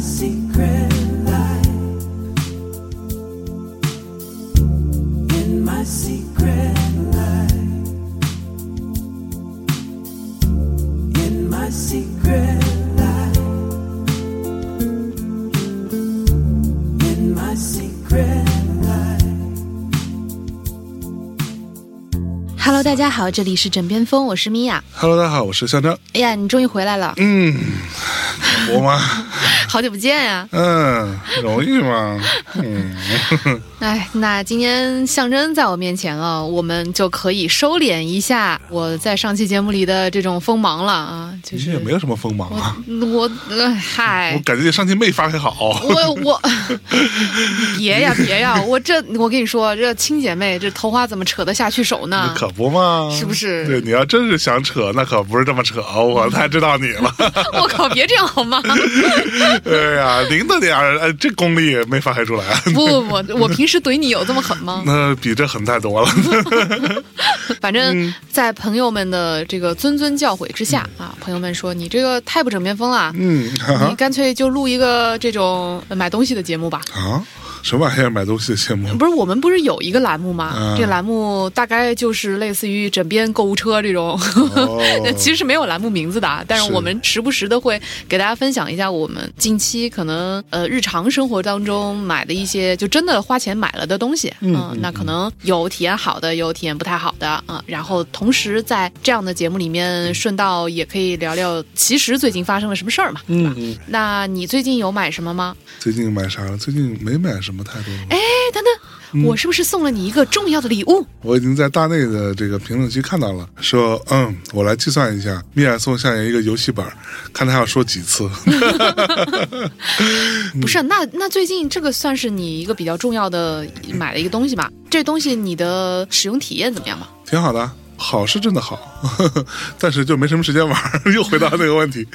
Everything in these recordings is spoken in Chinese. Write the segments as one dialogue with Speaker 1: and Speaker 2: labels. Speaker 1: secret life. In my secret life. In my secret life. In my secret life.
Speaker 2: Hello，大家好，这里是枕边风，我是米娅。
Speaker 3: Hello，大家好，我是象征。
Speaker 2: 哎呀，你终于回来了，
Speaker 3: 嗯，我吗？
Speaker 2: 好久不见呀、
Speaker 3: 嗯，容易吗？ 嗯，
Speaker 2: 哎，那今天象征在我面前啊，我们就可以收敛一下我在上期节目里的这种锋芒了啊，就
Speaker 3: 其
Speaker 2: 是
Speaker 3: 实也没有什么锋芒啊。
Speaker 2: 我呃
Speaker 3: 我
Speaker 2: 嗨。
Speaker 3: 感觉你上期没发挥好，
Speaker 2: 我我 别呀别呀！我这我跟你说，这亲姐妹这头发怎么扯得下去手呢？
Speaker 3: 可不嘛？
Speaker 2: 是不是嗯
Speaker 3: 对，你要真是想扯，那可不是这么扯，啊我太知道你了。
Speaker 2: 我靠，别这样好吗？
Speaker 3: 哎呀，您的点儿，哎，这功力没发挥出来，啊
Speaker 2: 不不不，我平时怼你有这么狠吗？
Speaker 3: 那比这狠太多了。
Speaker 2: 反
Speaker 3: 嗯
Speaker 2: 正，在朋友们的这个谆谆教诲之下啊，朋友们说你这个太不枕边风了，
Speaker 3: 嗯
Speaker 2: 你干脆就录一个这种呃买东西的节目吧。
Speaker 3: 啊，什么玩意儿买东西的节目？
Speaker 2: 不是，我们不是有一个栏目吗？
Speaker 3: 嗯
Speaker 2: 这栏目大概就是类似于枕边购物车这种，
Speaker 3: 哦
Speaker 2: 其实是没有栏目名字的啊，但是
Speaker 3: 是
Speaker 2: 我们时不时的会给大家分享一下我们近期可能呃日常生活当中买的一些就真的花钱买了的东西，
Speaker 3: 嗯嗯
Speaker 2: 那可能有体验好的，有体验不太好的啊、然后同时在这样的节目里
Speaker 3: 嗯
Speaker 2: 面，顺道也可以聊聊，其实最近发生了什么事儿嘛。
Speaker 3: 嗯嗯，
Speaker 2: 那你最近有买什么吗？
Speaker 3: 最近买啥了？最近没买什么太多。
Speaker 2: 哎，等等，
Speaker 3: 嗯
Speaker 2: 我是不是送了你一个重要的礼物？
Speaker 3: 我已经在大内的这个评论区看到了，说嗯，我来计算一下，米尔送向爷一个游戏本儿，看他要说几次。
Speaker 2: 不是，那那最近这个算是你一个比较重要的买的一个东西吧？这东西你的使用体验怎么样吧？
Speaker 3: 挺好的啊，好是真的好， 呵呵但是就没什么时间玩儿，又回到那个问题。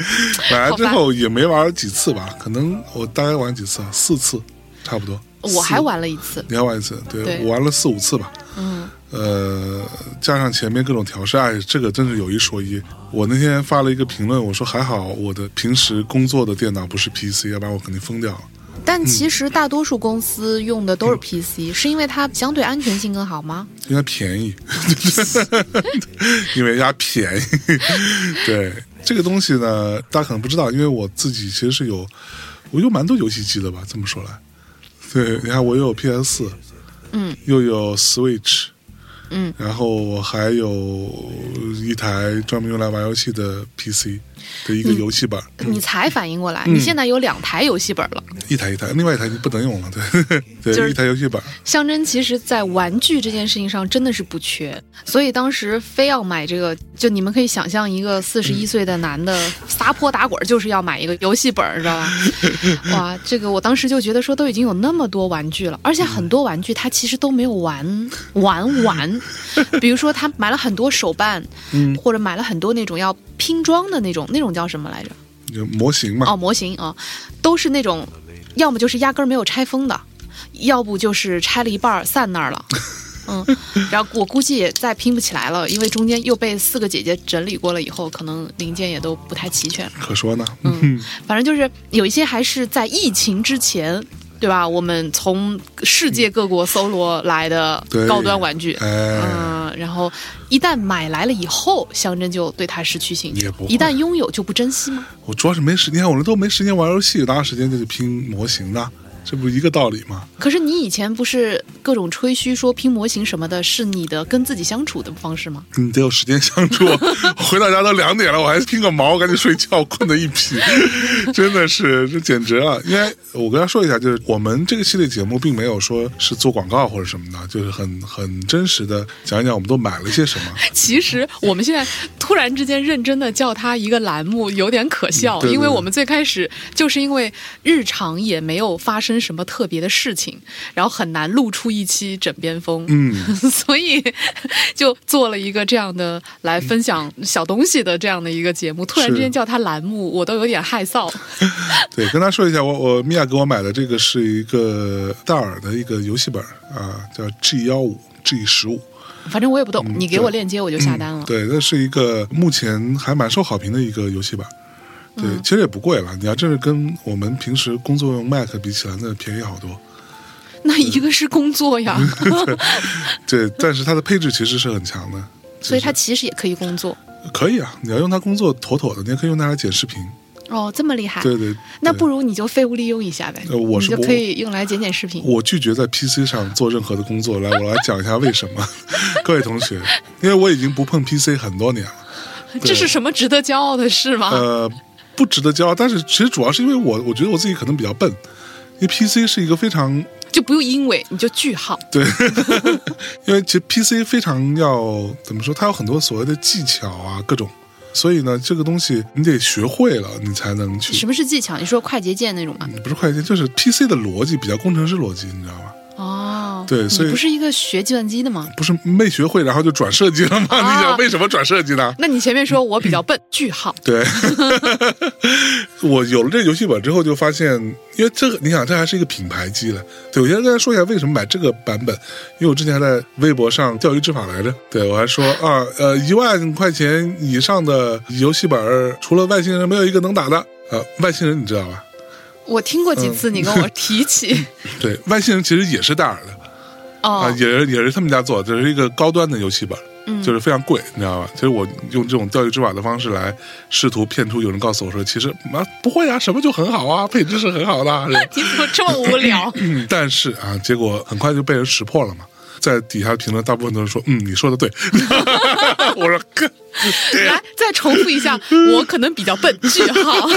Speaker 3: 买了之后也没玩儿几次吧，可能我大概玩几次啊，四次差不多。
Speaker 2: 我还
Speaker 3: 四，
Speaker 2: 玩了一次，
Speaker 3: 你还玩一次？对
Speaker 2: 对
Speaker 3: 我玩了四五次吧。
Speaker 2: 嗯，
Speaker 3: 呃，加上前面各种调试，哎，这个真是有一说一。我那天发了一个评论，我说还好我的平时工作的电脑不是 PC，要不然我肯定疯掉了。
Speaker 2: 但其实大多数公司用的都是 PC，、是因为它相对安全性更好吗？
Speaker 3: 应该便宜， 因为人家便宜。 对这个东西呢，大家可能不知道，因为我自己其实是有，我有蛮多游戏机的吧，这么说来，对，你看我又有 PS 四，
Speaker 2: 嗯，
Speaker 3: 又有 Switch，
Speaker 2: 嗯，
Speaker 3: 然后我还有一台专门用来玩游戏的 PC 的一个游戏本儿，
Speaker 2: 你才反应过来，你现在有两台游戏本了。
Speaker 3: 一台一台，另外一台就不能用了，对，对，
Speaker 2: 就是
Speaker 3: 一台游戏本儿，
Speaker 2: 象征其实，在玩具这件事情上真的是不缺，所以当时非要买这个，就你们可以想象一个四十一岁的男的撒泼打滚，就是要买一个游戏本儿，知道吧？哇，这个我当时就觉得说，都已经有那么多玩具了，而且很多玩具他其实都没有玩玩完，比如说他买了很多手办，或者买了很多那种要拼装的那种，那种叫什么来着？
Speaker 3: 有模型嘛，
Speaker 2: 哦，模型啊、都是那种，要么就是压根儿没有拆封的，要不就是拆了一半儿散那儿了。嗯，然后我估计也再拼不起来了，因为中间又被四个姐姐整理过了以后，可能零件也都不太齐全。
Speaker 3: 可说呢，
Speaker 2: 嗯，反正就是有一些还是在疫情之前，对吧？我们从世界各国搜罗来的
Speaker 3: 对
Speaker 2: 高端玩具，
Speaker 3: 哎
Speaker 2: 嗯，然后一旦买来了以后，象征就对它失去兴趣
Speaker 3: 也不；会
Speaker 2: 一旦拥有就不珍惜吗？
Speaker 3: 我主要是没时间，我们都没时间玩游戏，哪有时间就去拼模型呢？这不是一个道理吗？
Speaker 2: 可是你以前不是各种吹嘘说拼模型什么的，是你的跟自己相处的方式吗？
Speaker 3: 你得有时间相处。 我回到家都两点了，我还拼个毛，赶紧睡觉，困得一批， 真的是这简直了。因为我跟他说一下，就是我们这个系列节目并没有说是做广告或者什么的，就是很很真实的讲一讲我们都买了些什么。
Speaker 2: 其实我们现在突然之间认真的叫它一个栏目，有点可笑，
Speaker 3: 嗯对对
Speaker 2: 因为我们最开始就是因为日常也没有发生什么特别的事情，然后很难录出一期枕边风，
Speaker 3: 嗯，
Speaker 2: 所以就做了一个这样的来分享小东西的这样的一个节目。突然之间叫它栏目，我都有点害臊。
Speaker 3: 对，跟他说一下，我我米娅给我买的这个是一个戴尔的一个游戏本儿啊，叫 G 幺五 G 十五。
Speaker 2: 反正我也不懂，你给
Speaker 3: 嗯对嗯
Speaker 2: 我链接我就下单了。
Speaker 3: 对，那是一个目前还蛮受好评的一个游戏吧。对，
Speaker 2: 嗯
Speaker 3: 其实也不贵了。你要真是跟我们平时工作用 Mac 比起来，那便宜好多。嗯
Speaker 2: 那一个是工作呀，
Speaker 3: 对，但是它的配置其实是很强的，
Speaker 2: 嗯所以它其实也可以工作。
Speaker 3: 可以啊。你要用它工作妥妥的，你也可以用它来剪视频。
Speaker 2: 哦，这么厉害，
Speaker 3: 对对，
Speaker 2: 那
Speaker 3: 对
Speaker 2: 不如你就废物利用一下呗，
Speaker 3: 呃我
Speaker 2: 你
Speaker 3: 是
Speaker 2: 就
Speaker 3: 不
Speaker 2: 可以用来剪剪视 频。
Speaker 3: 我拒绝在 PC 上做任何的工作。来，我来讲一下为什么， 各位同学，因为我已经不碰 PC 很多年了。
Speaker 2: 这是什么值得骄傲的事吗？
Speaker 3: 呃，不值得骄傲，但是其实主要是因为我，我觉得我自己可能比较笨，因为 PC 是一个非常
Speaker 2: 就不用因为，你就句号。
Speaker 3: 对， 因为其实 PC 非常要怎么说，它有很多所谓的技巧啊，各种，所以呢，这个东西你得学会了，你才能去。
Speaker 2: 什么是技巧？你说快捷键那种吗？
Speaker 3: 你不是快捷，就是 PC 的逻辑比较工程师逻辑，你知道吧？
Speaker 2: 哦，
Speaker 3: 对所以
Speaker 2: 你不是一个学计算机的 吗？
Speaker 3: 不是没学会，然后就转设计了吗？
Speaker 2: 啊
Speaker 3: 你想为什么转设计呢？
Speaker 2: 那你前面说我比较笨，句号。
Speaker 3: 对， 我有了这游戏本之后，就发现，因为这个，你想，这还是一个品牌机了。对，我先跟大家说一下为什么买这个版本，因为我之前还在微博上钓鱼执法来着。对我还说啊，呃，一万块钱以上的游戏本儿，除了外星人，没有一个能打的。呃，外星人你知道吧？
Speaker 2: 我听过几
Speaker 3: 嗯
Speaker 2: 次你跟我提起，
Speaker 3: 对，外星人其实也是戴尔的。啊，
Speaker 2: 哦，
Speaker 3: 也是也是他们家做的，这是一个高端的游戏本，嗯，就是非常贵，你知道吧？其实我用这种钓鱼执法的方式来试图骗出有人告诉我说，其实啊不会啊，什么就很好啊，配置是很好的、啊，是吧
Speaker 2: 你怎么这么无聊？
Speaker 3: 嗯 但是啊，结果很快就被人识破了嘛。在底下评论，大部分都是说，嗯，你说的对。 我说，哥， 对啊
Speaker 2: 来，再重复一 下，我可能比较笨，句号。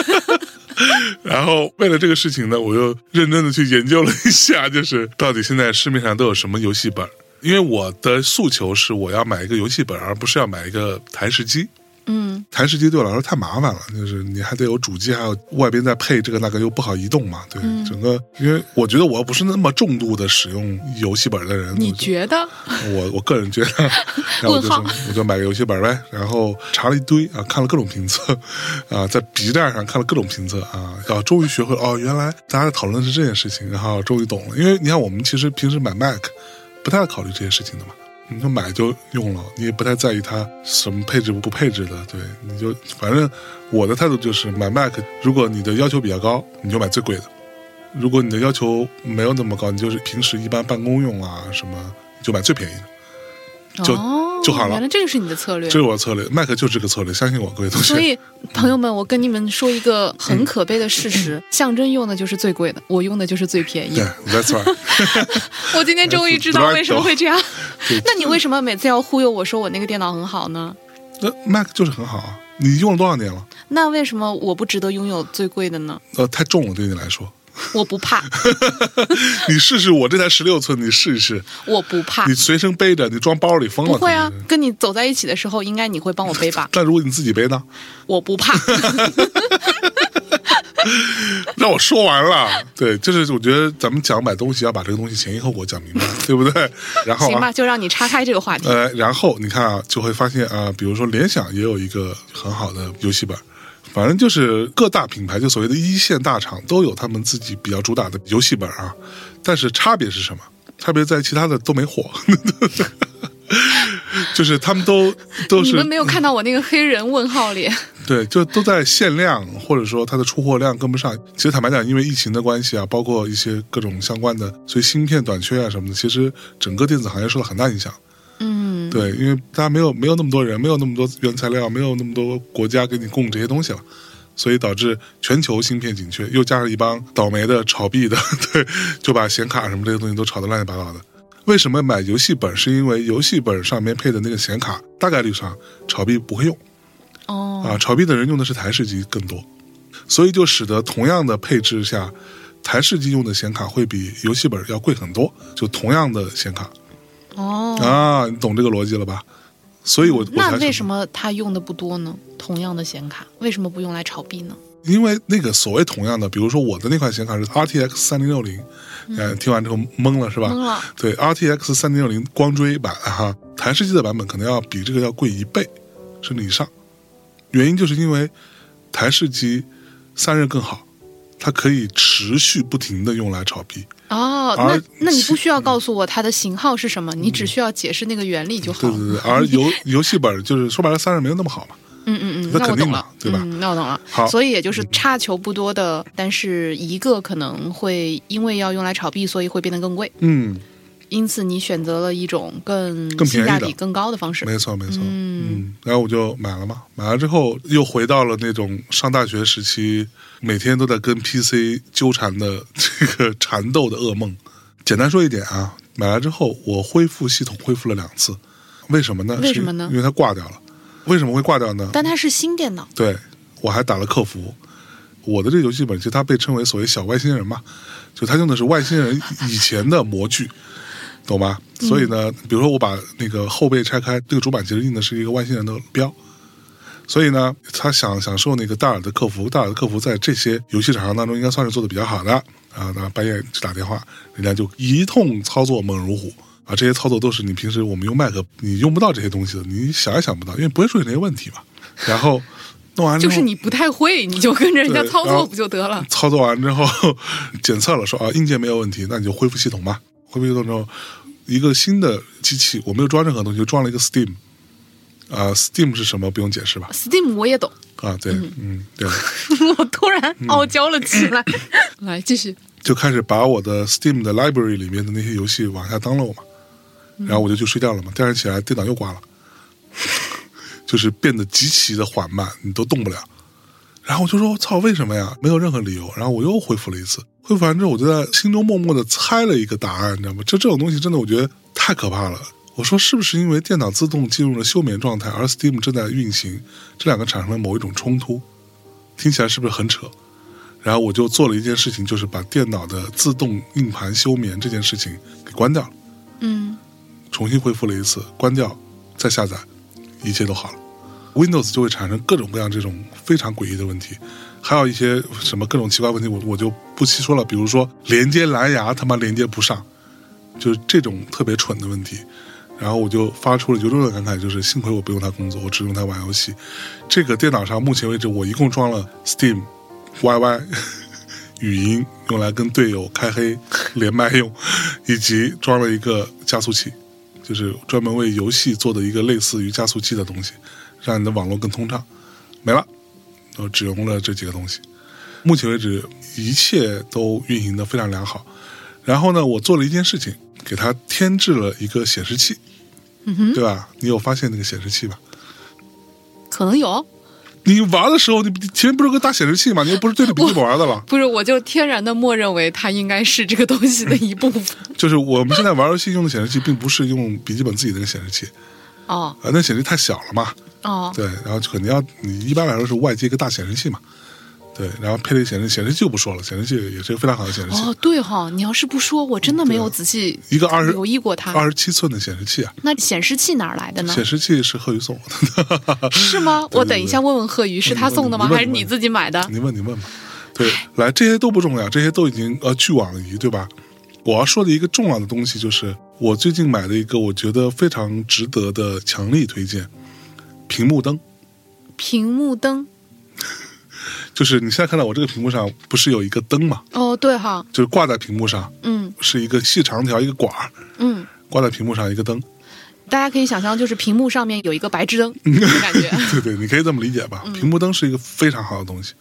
Speaker 3: 然后为了这个事情呢，我又认真的去研究了一下，就是到底现在市面上都有什么游戏本儿。因为我的诉求是我要买一个游戏本儿，而不是要买一个台式机。
Speaker 2: 嗯，
Speaker 3: 台式机对我来说太麻烦了，就是你还得有主机，还有外边再配这个那个，又不好移动嘛。对，
Speaker 2: 嗯
Speaker 3: 整个因为我觉得我不是那么重度的使用游戏本的人，
Speaker 2: 你
Speaker 3: 我就
Speaker 2: 觉得？
Speaker 3: 我我个人 觉得，然后我就
Speaker 2: 问号
Speaker 3: 说我就买个游戏本呗，然后查了一堆啊，看了各种评测啊，在 B 站上看了各种评测啊，啊，终于学会了哦，原来大家讨论的是这件事情，然后终于懂了。因为你看，我们其实平时买 Mac 不太考虑这些事情的嘛，你就买就用了，你也不太在意它什么配置不配置的，对，你就反正我的态度就是买 Mac，如果你的要求比较高，你就买最贵的。如果你的要求没有那么高，你就是平时一般办公用啊什么，你就买最便宜的。就
Speaker 2: 哦，
Speaker 3: 就好了
Speaker 2: 原来这个是你的策略
Speaker 3: 这。是我的策略，Mac 就是这个策略，相信我，各位同学。
Speaker 2: 所以，朋友们，我跟你们说一个很可悲的事实：象征用的就是最贵 的，我用的就是最便宜
Speaker 3: 嗯对。，That's right
Speaker 2: 我今天终于知道为什么会这样
Speaker 3: 对。
Speaker 2: 那你为什么每次要忽悠我说我那个电脑很好呢？
Speaker 3: 那 Mac 就是很好啊，你用了多少年了？
Speaker 2: 那为什么我不值得拥有最贵的呢？
Speaker 3: 呃，太重了对你 来说。
Speaker 2: 我不 怕，
Speaker 3: 你试试我这台十六寸，你试一试，
Speaker 2: 我不怕
Speaker 3: 你，随身背着，你装包里疯了。
Speaker 2: 啊不会啊
Speaker 3: 肯定是。
Speaker 2: 跟你走在一起的时候，应该你会帮我
Speaker 3: ？
Speaker 2: 背吧
Speaker 3: 但如果你自己背呢？
Speaker 2: 我不 怕。
Speaker 3: 啊让我说完了。对，就是我觉得咱们讲买东西要把这个东西前因后果讲明白，对不对？然后
Speaker 2: 行吧，
Speaker 3: 啊，
Speaker 2: 就让你岔开这个话题。
Speaker 3: 呃，然后你看啊，就会发现啊，比如说联想也有一个很好的游戏本。反正就是各大品牌，就所谓的一线大厂，都有他们自己比较主打的游戏本啊。但是差别是什么？差别在其他的都没火， 就是他们都都
Speaker 2: 你
Speaker 3: 是
Speaker 2: 们没有看到我那个黑人问号 脸？
Speaker 3: 对，就都在限量，或者说它的出货量跟不上。其实坦白讲，因为疫情的关系啊，包括一些各种相关的，所以芯片短缺啊什么的，其实整个电子行业受到很大影响。
Speaker 2: 嗯，
Speaker 3: 对，因为大家没有没有那么多人，没有那么多原材料，没有那么多国家给你供这些东西了，所以导致全球芯片紧缺，又加上一帮倒霉的炒币的， 对，就把显卡什么这些东西都炒得乱七八糟的。为什么买游戏本？是因为游戏本上面配的那个显卡，大概率上炒币不会用
Speaker 2: 哦，
Speaker 3: 啊，炒币的人用的是台式机更多，所以就使得同样的配置下，台式机用的显卡会比游戏本要贵很多，就同样的显卡。
Speaker 2: 哦，嗯
Speaker 3: 啊，你懂这个逻辑了吧？所以我我
Speaker 2: 那
Speaker 3: 才
Speaker 2: 为
Speaker 3: 什
Speaker 2: 什么他用的不多呢？同样的显卡，为什么不用来炒币呢？
Speaker 3: 因为那个所谓同样的，比如说我的那款显卡是 RTX 三零六零，嗯，听完之后懵了是吧？
Speaker 2: 懵了
Speaker 3: 对，RTX 三零六零光追版啊哈，台式机的版本可能要比这个要贵一倍，甚至以上。原因就是因为台式机散热更好，它可以持续不停的用来炒币。
Speaker 2: 哦，
Speaker 3: 而嗯
Speaker 2: 那那你不需要告诉我它的型号是什么，你只需要解释那个原理就好
Speaker 3: 对
Speaker 2: 了。
Speaker 3: 对对，而游游戏本就是说白了散热没有那么好嘛。
Speaker 2: 嗯嗯嗯，
Speaker 3: 那
Speaker 2: 那我
Speaker 3: 肯定
Speaker 2: 懂
Speaker 3: 嘛
Speaker 2: 了，
Speaker 3: 对吧
Speaker 2: 嗯，那我懂了。
Speaker 3: 好
Speaker 2: 所以也就是差球不多的，但是一个可能会因为要用来炒币，所以会变得更贵。
Speaker 3: 嗯，
Speaker 2: 因此，你选择了一种更
Speaker 3: 更便
Speaker 2: 性
Speaker 3: 宜的
Speaker 2: 价比更高的方式。
Speaker 3: 没错没错，嗯，然后我就买了嘛，买了之后又回到了那种上大学时期，每天都在跟 PC 纠缠的 这个缠斗的噩梦。简单说一点啊，买来之后我恢复系统恢复了两次，为什么呢？
Speaker 2: 为什么呢
Speaker 3: 是因为它挂掉了。为什么会挂掉呢？
Speaker 2: 但它是新电脑，
Speaker 3: 对我还打了客服。我的这个游戏本其实它被称为所谓小外星人嘛，就它用的是外星人以前的模具，懂吧？所以
Speaker 2: 嗯
Speaker 3: 呢，比如说我把那个后背拆开，这个主板其实印的是一个外星人的标。所以呢，他想享受那个戴尔的客服，戴尔的客服在这些游戏厂商当中应该算是做的比较好的啊。那半夜去打电话，人家就一通操作猛如虎啊，这些操作都是你平时我们用 Mac 你用不到这些东西的，你想也想不到，因为不会出现这些问题嘛。然后弄完之
Speaker 2: 就
Speaker 3: 后
Speaker 2: 是你不太会，你就跟着人家
Speaker 3: 对
Speaker 2: 操
Speaker 3: 然
Speaker 2: 作
Speaker 3: 后
Speaker 2: 不就得了？
Speaker 3: 操作完之后 检测了说啊硬件没有问题，那你就恢复系统吧。恢复系统之后，一个新的机器我没有装任何东西，就装了一个 Steam。啊、s t e a m 是什么？不用解释吧？
Speaker 2: Steam 我也懂，
Speaker 3: 啊，对，嗯，对，
Speaker 2: 我突然
Speaker 3: 嗯
Speaker 2: 傲娇了起来。 来继续，
Speaker 3: 就开始把我的 Steam 的 library 里面的那些游戏往下 download 嘛，然后我就去睡觉了嘛。第二天起来，电脑又挂了， 就是变得极其的缓慢，你都动不了。然后我就说：“操，为什么呀？没有任何理由。”然后我又恢复了一次，恢复完之后，我就在心中默默的猜了一个答案，你知道吗？就这种东西真的，我觉得太可怕了。我说是不是因为电脑自动进入了休眠状态，而 Steam 正在运行，这两个产生了某一种冲突？听起来是不是很扯？然后我就做了一件事情，就是把电脑的自动硬盘休眠这件事情给关掉了，
Speaker 2: 嗯，
Speaker 3: 重新恢复了一次，关掉，再下载，一切都好了。Windows 就会产生各种各样这种非常诡异的问题，还有一些什么各种奇怪问题，我我就不细说了。比如说连接蓝牙他妈连接不上，就是这种特别蠢的问题。然后我就发出了由衷的感慨，就是幸亏我不用它工作，我只用它玩游戏。这个电脑上目前为止，我一共装了 Steam、YY 语音，用来跟队友开黑连麦用， 以及装了一个加速器，就是专门为游戏做的一个类似于加速器的东西，让你的网络更通畅。没了，我只用了这几个东西。目前为止，一切都运行的非常良好。然后呢，我做了一件事情，给它添置了一个显示器，
Speaker 2: 嗯哼，
Speaker 3: 对吧？你有发现那个显示器吧？
Speaker 2: 可能有，你
Speaker 3: 你玩的时候，你你前面不是有个大显示器吗？你又不是对着笔记本玩的了。
Speaker 2: 不是，我就天然的默认为它应该是这个东西的一部分。
Speaker 3: 就是我们现在玩游戏用的显示器，并不是用笔记本自己的那个显示器
Speaker 2: 哦
Speaker 3: 啊、那显示器太小了嘛。
Speaker 2: 哦，
Speaker 3: 对，然后就肯定要你一般来说是外接一个大显示器嘛。对，然后配了一个显示显示器就不说了，显示器也是一个非常好的显示器，
Speaker 2: 哦，对哈、你要是不说，我真的没有仔细
Speaker 3: 一个二十
Speaker 2: 留意过它。
Speaker 3: 二十七寸的显示器啊。
Speaker 2: 那显示器哪儿来的呢
Speaker 3: 显？示器是贺宇送我 的，
Speaker 2: 是吗？
Speaker 3: 对
Speaker 2: 我等一下问问贺宇，是他送的吗？
Speaker 3: 你问
Speaker 2: 还是你自己买的？
Speaker 3: 你问你问吧。对，
Speaker 2: 哎
Speaker 3: 来这些都不重要，这些都已经呃俱往矣，对吧？我要说的一个重要的东西就是，我最近买的一个我觉得非常值得的强力推荐，屏幕灯。
Speaker 2: 屏幕灯。
Speaker 3: 就是你现在看到我这个屏幕上不是有一个灯嘛，
Speaker 2: 哦，对哈，
Speaker 3: 就是挂在屏幕上
Speaker 2: 嗯
Speaker 3: 是一个细长条一个管儿，
Speaker 2: 嗯，
Speaker 3: 挂在屏幕上一个灯。
Speaker 2: 大家可以想象，就是屏幕上面有一个白炽 灯的感觉。
Speaker 3: 对 对，你可以这么理解吧。屏幕灯是一个非常好的东西，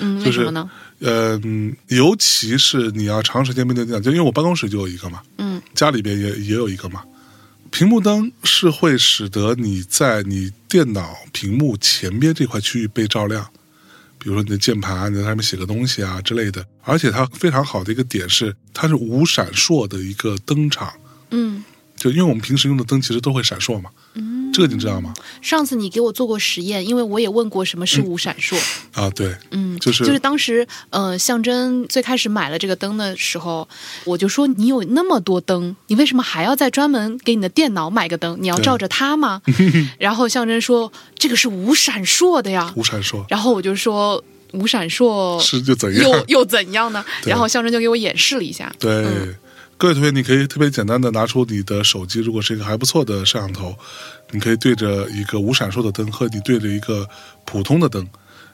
Speaker 2: 嗯，
Speaker 3: 就
Speaker 2: 为
Speaker 3: 是
Speaker 2: 什么呢？
Speaker 3: 呃，嗯尤其是你要长时间面对电脑，就因为我办公室就有一个嘛，
Speaker 2: 嗯，
Speaker 3: 家里边也也有一个嘛。屏幕灯是会使得你在你电脑屏幕前边这块区域被照亮，比如说你的键盘啊，你在上面写个东西啊之类的。而且它非常好的一个点是，它是无闪烁的一个灯场，
Speaker 2: 嗯，
Speaker 3: 就因为我们平时用的灯其实都会闪烁嘛，嗯，这个你知道吗？
Speaker 2: 上次你给我做过实验，因为我也问过什么是无闪烁。
Speaker 3: 啊，对，
Speaker 2: 嗯，
Speaker 3: 嗯就是
Speaker 2: 就是当时，呃，象征最开始买了这个灯的时候，我就说你有那么多灯，你为什么还要再专门给你的电脑买个灯？你要
Speaker 3: 对
Speaker 2: 照着它 吗？然后象征说这个是无闪烁的呀。
Speaker 3: 无闪烁
Speaker 2: 然后我就说无闪烁
Speaker 3: 是就怎样？
Speaker 2: 又又怎样呢？
Speaker 3: 对
Speaker 2: 然后象征就给我演示了一下。
Speaker 3: 对，
Speaker 2: 嗯
Speaker 3: 各位同学，你可以特别简单的拿出你的手机，如果是一个还不错的摄像头，你可以对着一个无闪烁的灯和你对着一个普通的灯，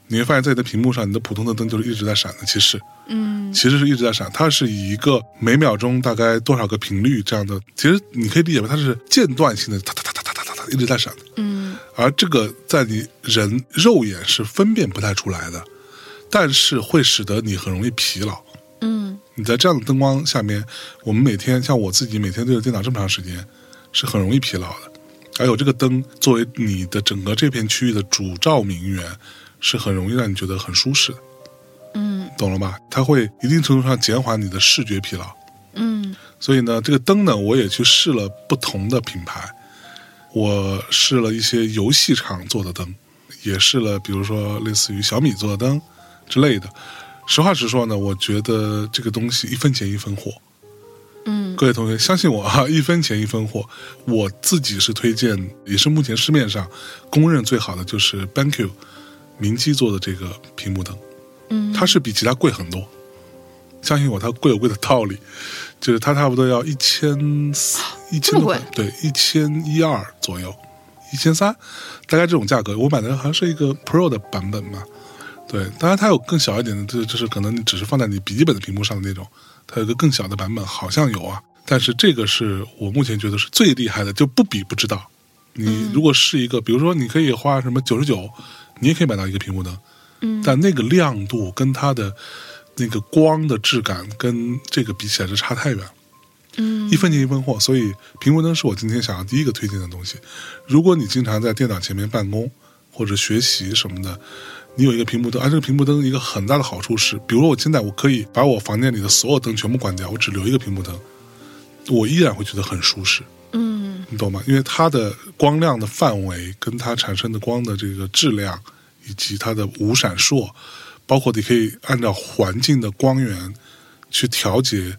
Speaker 3: 你会发现在你的屏幕上，你的普通的灯就是一直在闪的，其实，嗯，其实是一直在闪，它是以一个每秒钟大概多少个频率这样的，其实你可以理解为它是间断性的，哒哒哒哒哒哒哒哒它一直在闪，
Speaker 2: 嗯，
Speaker 3: 而这个在你人肉眼是分辨不太出来的，但是会使得你很容易疲劳。
Speaker 2: 嗯，
Speaker 3: 你在这样的灯光下面，我们每天像我自己每天对着电脑这么长时间，是很容易疲劳的。还有这个灯作为你的整个这片区域的主照明源，是很容易让你觉得很舒适的。
Speaker 2: 嗯，
Speaker 3: 懂了吧？它会一定程度上减缓你的视觉疲劳。
Speaker 2: 嗯，
Speaker 3: 所以呢，这个灯呢，我也去试了不同的品牌，我试了一些游戏厂做的灯，也试了比如说类似于小米做的灯之类的。实话实说呢，我觉得这个东西一分钱一分货。
Speaker 2: 嗯，
Speaker 3: 各位同学，相信我啊，一分钱一分货。我自己是推荐，也是目前市面上公认最好的就是 BenQ 明基做的这个屏幕灯。
Speaker 2: 嗯，
Speaker 3: 它是比其他贵很多。相信我，它贵有贵的道理，就是它差不多要一千一
Speaker 2: 这
Speaker 3: 千
Speaker 2: 么贵
Speaker 3: 对，一千一二左右，一千三，大概这种价格。我买的好像是一个 Pro 的版本吧，对，当然它有更小一点的，就就是可能你只是放在你笔记本的屏幕上的那种，它有一个更小的版本，好像有啊。但是这个是我目前觉得是最厉害的，就不比不知道。
Speaker 2: 嗯
Speaker 3: 你如果是一个，比如说你可以花什么九十九，你也可以买到一个屏幕灯，
Speaker 2: 嗯
Speaker 3: 但那个亮度跟它的那个光的质感跟这个比起来是差太远了。
Speaker 2: 嗯
Speaker 3: 一分钱一分货，所以屏幕灯是我今天想要第一个推荐的东西。如果你经常在电脑前面办公或者学习什么的，你有一个屏幕灯，而、这个屏幕灯一个很大的好处是，比如我现在我可以把我房间里的所有灯全部关掉，我只留一个屏幕灯，我依然会觉得很舒适，
Speaker 2: 嗯
Speaker 3: 你懂吗？因为它的光亮的范围跟它产生的光的这个质量，以及它的无闪烁，包括你可以按照环境的光源去调节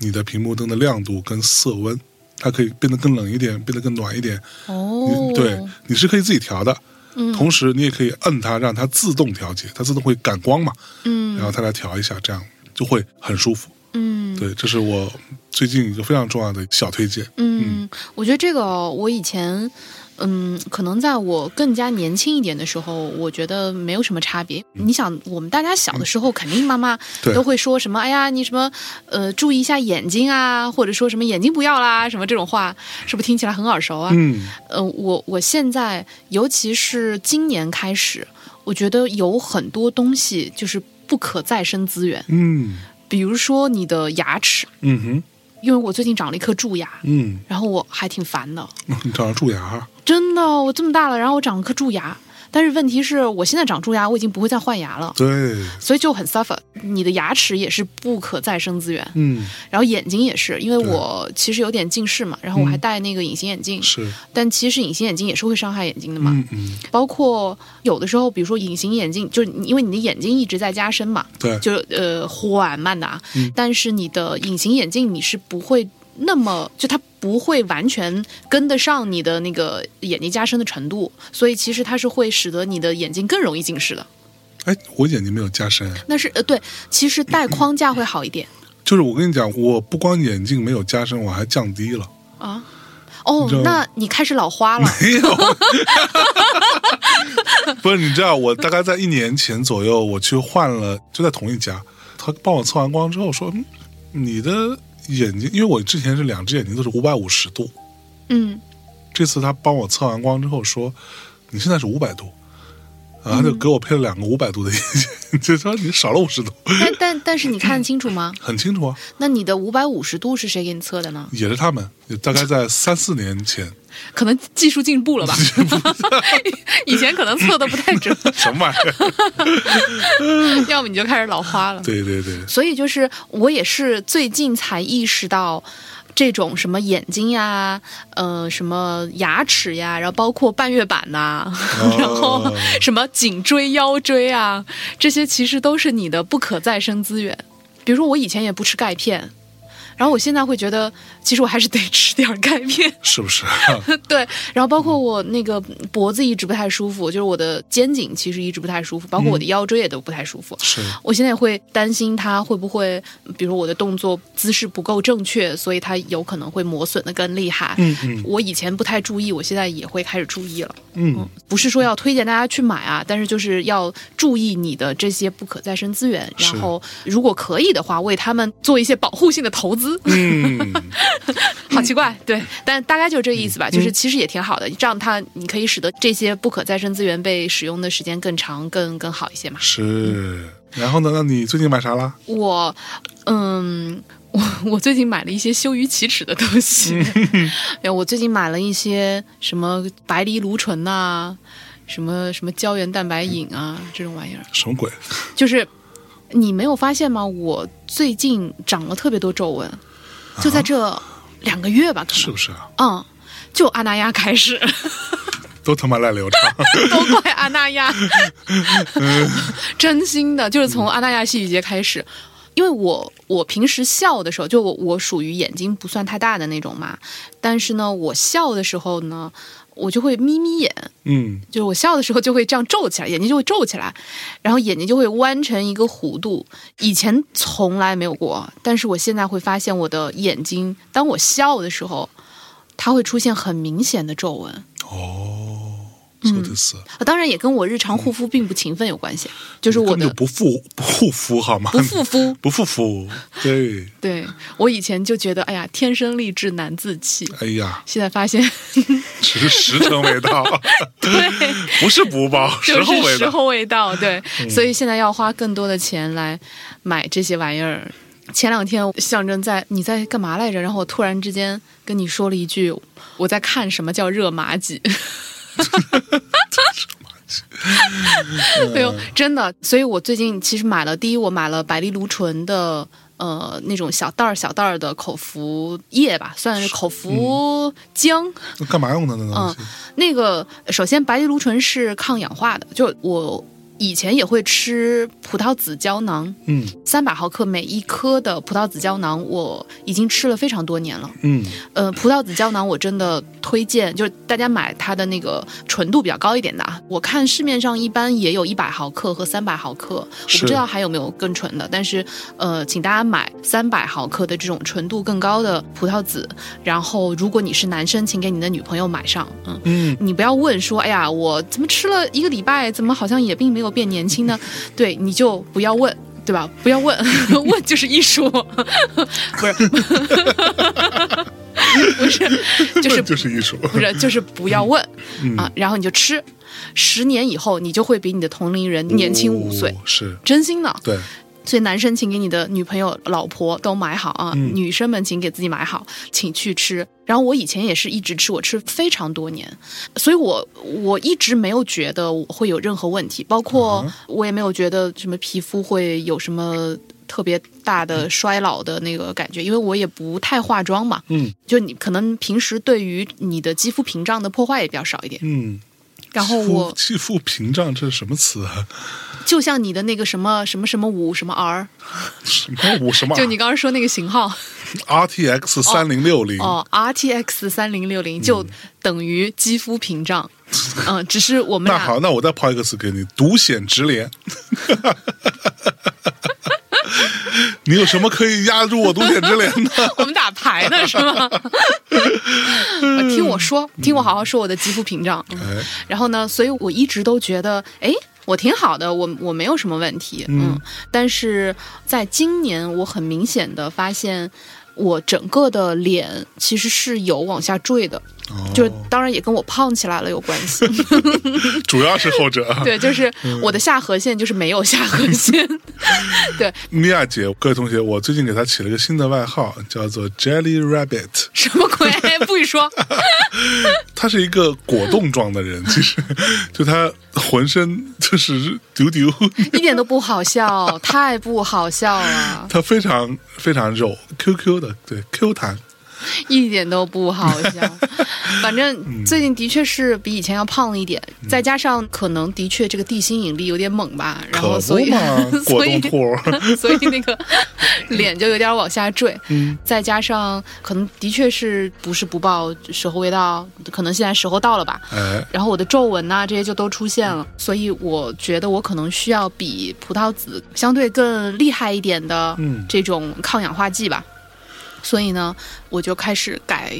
Speaker 3: 你的屏幕灯的亮度跟色温，它可以变得更冷一点，变得更暖一点。你
Speaker 2: 哦，
Speaker 3: 对，你是可以自己调的。
Speaker 2: 嗯
Speaker 3: 同时，你也可以摁它，让它自动调节，它自动会感光嘛，然
Speaker 2: 嗯
Speaker 3: 后它来调一下，这样就会很舒服。
Speaker 2: 嗯
Speaker 3: 对，这是我最近一个非常重要的小推荐。
Speaker 2: 嗯，我觉得这个哦我以前。嗯，可能在我更加年轻一点的时候，我觉得没有什么差别。你想，我们大家小的时候，肯定妈妈
Speaker 3: 嗯对
Speaker 2: 都会说什么“哎呀，你什么呃，注意一下眼睛啊”，或者说什么“眼睛不要啦”，什么这种话，是不是听起来很耳熟啊？
Speaker 3: 嗯，
Speaker 2: 呃，我我现在，尤其是今年开始，我觉得有很多东西就是不可再生资源，
Speaker 3: 嗯，
Speaker 2: 比如说你的牙齿，
Speaker 3: 嗯哼，
Speaker 2: 因为我最近长了一颗蛀牙，
Speaker 3: 嗯，
Speaker 2: 然后我还挺烦的，
Speaker 3: 你长了蛀牙，
Speaker 2: 真的，我这么大了，然后我长了颗蛀牙，但是问题是我现在长蛀牙，我已经不会再换牙了。
Speaker 3: 对，
Speaker 2: 所以就很 suffer，你的牙齿也是不可再生资源，
Speaker 3: 嗯，
Speaker 2: 然后眼睛也是，因为我其实有点近视嘛，然后我还
Speaker 3: 嗯
Speaker 2: 戴那个隐形眼镜，
Speaker 3: 是，
Speaker 2: 但其实隐形眼镜也是会伤害眼睛的嘛。
Speaker 3: 嗯嗯，
Speaker 2: 包括有的时候，比如说隐形眼镜，就是你因为你的眼睛一直在加深嘛，
Speaker 3: 对，
Speaker 2: 就呃缓慢的啊，
Speaker 3: 嗯
Speaker 2: 但是你的隐形眼镜你是不会那么就它不会完全跟得上你的那个眼睛加深的程度，所以其实它是会使得你的眼睛更容易近视的。
Speaker 3: 哎，我眼睛没有加深，哎
Speaker 2: 那是呃对，其实戴框架会好一点
Speaker 3: 就是我跟你讲，我不光眼镜没有加深，我还降低了。
Speaker 2: 啊。哦
Speaker 3: 你知道，
Speaker 2: 那你开始老花 了，
Speaker 3: 没有，不是你知道，我大概在一年前左右，我去换了，就在同一家，他帮我测完光之后说，嗯，你的眼睛，因为我之前是两只眼睛都是五百五十度，
Speaker 2: 嗯
Speaker 3: 这次他帮我测完光之后说，你现在是五百度。然后他就给我配了两个五百度的眼镜， 就说你少了五十度，
Speaker 2: 但但但是你看得清楚吗？
Speaker 3: 很清楚啊，
Speaker 2: 那你的五百五十度是谁给你测的呢？
Speaker 3: 也是他们，也大概在三四年前，
Speaker 2: 可能技术进步了吧？ 以前可能测的不太准，
Speaker 3: 什么玩意儿？
Speaker 2: 要么你就开始老花了。
Speaker 3: 对对对，
Speaker 2: 所以就是我也是最近才意识到。这种什么眼睛呀，呃，什么牙齿呀，然后包括半月板呐、
Speaker 3: 哦
Speaker 2: 然后什么颈椎、腰椎啊，这些其实都是你的不可再生资源。比如说我以前也不吃钙片，然后我现在会觉得，其实我还是得吃点儿钙片。
Speaker 3: 是不是？
Speaker 2: 对，然后包括我那个脖子一直不太舒服，就是我的肩颈其实一直不太舒服，包括我的腰椎也都不太舒服。
Speaker 3: 是，
Speaker 2: 我现在也会担心它会不会，比如我的动作姿势不够正确，所以它有可能会磨损的更厉害。
Speaker 3: 嗯嗯
Speaker 2: 我以前不太注意，我现在也会开始注意了。
Speaker 3: 嗯，
Speaker 2: 不是说要推荐大家去买啊，但是就是要注意你的这些不可再生资源，
Speaker 3: 是
Speaker 2: 然后如果可以的话，为他们做一些保护性的投资。资，
Speaker 3: 嗯，
Speaker 2: 好奇怪，对，但大概就这个意思吧，
Speaker 3: 嗯
Speaker 2: 就是其实也挺好的，这样它你可以使得这些不可再生资源被使用的时间更长、更更好一些嘛。
Speaker 3: 是。然后呢？那你最近买啥啦？
Speaker 2: 我，嗯，我我最近买了一些羞于启齿的东西，哎，我最近买了一些什么白藜芦醇呐、什么什么胶原蛋白饮啊这种玩意儿，
Speaker 3: 什么鬼？
Speaker 2: 就是你没有发现吗？我最近长了特别多皱纹，就在这两个月吧，可能
Speaker 3: 是不是啊？
Speaker 2: 嗯，就阿那亚开始，
Speaker 3: 都他妈赖流畅。
Speaker 2: 都怪阿那亚。真心的，就是从阿那亚戏剧节开始，因为我我平时笑的时候，就我我属于眼睛不算太大的那种嘛，但是呢，我笑的时候呢，我就会眯眯眼，
Speaker 3: 嗯，
Speaker 2: 就是我笑的时候就会这样皱起来，眼睛就会皱起来，然后眼睛就会弯成一个弧度。以前从来没有过，但是我现在会发现我的眼睛，当我笑的时候，它会出现很明显的皱纹。
Speaker 3: 哦，说的是，
Speaker 2: 啊当然也跟我日常护肤并不勤奋有关系，就是我
Speaker 3: 根本
Speaker 2: 的
Speaker 3: 就不护不护肤好吗？
Speaker 2: 不护肤。
Speaker 3: 不护肤，对，
Speaker 2: 对我以前就觉得，哎呀，天生丽质难自弃，
Speaker 3: 哎呀，
Speaker 2: 现在发现，
Speaker 3: 只是时辰未 到，
Speaker 2: 对，
Speaker 3: 不是不报，时
Speaker 2: 就
Speaker 3: 候嗯
Speaker 2: 是
Speaker 3: 未
Speaker 2: 时
Speaker 3: 到。
Speaker 2: 候未到，对，所以现在要花更多的钱来买这些玩意儿。前两天象征在你在干嘛来着？然后我突然之间跟你说了一句，我在看什么叫热玛吉。
Speaker 3: 嗯
Speaker 2: 哎呦，真的！所以我最近其实买了，第一我买了百丽芦醇的呃那种小袋儿小袋儿的口服液吧，算是口服
Speaker 3: 嗯
Speaker 2: 浆。
Speaker 3: 那干嘛用的那东西？
Speaker 2: 那个，首先白藜芦醇是抗氧化的，就我以前也会吃葡萄籽胶囊，
Speaker 3: 嗯
Speaker 2: 三百毫克每一颗的葡萄籽胶囊，我已经吃了非常多年了。
Speaker 3: 嗯
Speaker 2: 呃，葡萄籽胶囊我真的推荐，就是大家买它的那个纯度比较高一点的啊。我看市面上一般也有一百毫克和三百毫克，我
Speaker 3: 是
Speaker 2: 不知道还有没有更纯的，但是呃，请大家买三百毫克的这种纯度更高的葡萄籽。然后，如果你是男生，请给你的女朋友买上，嗯。
Speaker 3: 嗯，
Speaker 2: 你不要问说，哎呀，我怎么吃了一个礼拜，怎么好像也并没有变年轻 呢？对，你就不要问，对吧？不要问， 问就是艺术， 不是， 不是，就是
Speaker 3: 就是艺术。
Speaker 2: 不是，就是不要问、啊，然后你就吃，十年以后你就会比你的同龄人年轻五岁，
Speaker 3: 哦是
Speaker 2: 真心的。
Speaker 3: 对，
Speaker 2: 所以男生请给你的女朋友、老婆都买好啊，女生们请给自己买好，请去吃。然后我以前也是一直吃，我吃非常多年，所以我我一直没有觉得我会有任何问题，包括我也没有觉得什么皮肤会有什么。特别大的衰老的那个感觉，因为我也不太化妆嘛，
Speaker 3: 嗯
Speaker 2: 就你可能平时对于你的肌肤屏障的破坏也比较少一点。
Speaker 3: 嗯。
Speaker 2: 然后
Speaker 3: 肌肤
Speaker 2: 我
Speaker 3: 肌肤屏障这是什么词啊？
Speaker 2: 就像你的那个什么什么什么五什么 R，
Speaker 3: 什么五什么？
Speaker 2: 就你刚刚说那个型号，
Speaker 3: RTX 三零六零
Speaker 2: 哦，RTX 三零六
Speaker 3: 嗯
Speaker 2: 零就等于肌肤屏障，嗯，只是我们
Speaker 3: 那
Speaker 2: 俩
Speaker 3: 好，那我再抛一个词给你，独显直连。你有什么可以压住我独显直连 的？
Speaker 2: 我们打牌呢是吗？听我说，
Speaker 3: 嗯
Speaker 2: 听我好好说我的肌肤屏障。嗯
Speaker 3: 哎，
Speaker 2: 然后呢，所以我一直都觉得，哎，我挺好的，我我没有什么问题，嗯。但是在今年，我很明显的发现，我整个的脸其实是有往下坠的，
Speaker 3: 哦
Speaker 2: 就是当然也跟我胖起来了有关系。
Speaker 3: 主要是后者。，啊
Speaker 2: 对，就是我的下颌线就是没有下颌线， 对，
Speaker 3: 米娅姐，各位同学，我最近给她起了个新的外号，叫做 Jelly Rabbit。
Speaker 2: 什么鬼？ 不许说，
Speaker 3: 她是一个果冻状的人，其实就她浑身就是丢丢，
Speaker 2: 一点都不好笑，太不好笑了，
Speaker 3: 她非常非常肉，QQ 的，对 Q 弹。
Speaker 2: 一点都不好笑。反正
Speaker 3: 嗯
Speaker 2: 最近的确是比以前要胖了一点，再加上可能的确这个地心引力有点猛吧，然后
Speaker 3: 可
Speaker 2: 所
Speaker 3: 不
Speaker 2: 以，
Speaker 3: 嘛果
Speaker 2: 所
Speaker 3: 冻
Speaker 2: 以
Speaker 3: 兔儿。
Speaker 2: 所以那个脸就有点往下坠，嗯，再加上可能的确是不是不报时候未到，可能现在时候到了吧，
Speaker 3: 哎，
Speaker 2: 然后我的皱纹啊呐、这些就都出现了，所以我觉得我可能需要比葡萄籽相对更厉害一点的
Speaker 3: 嗯
Speaker 2: 这种抗氧化剂吧。所以呢，我就开始改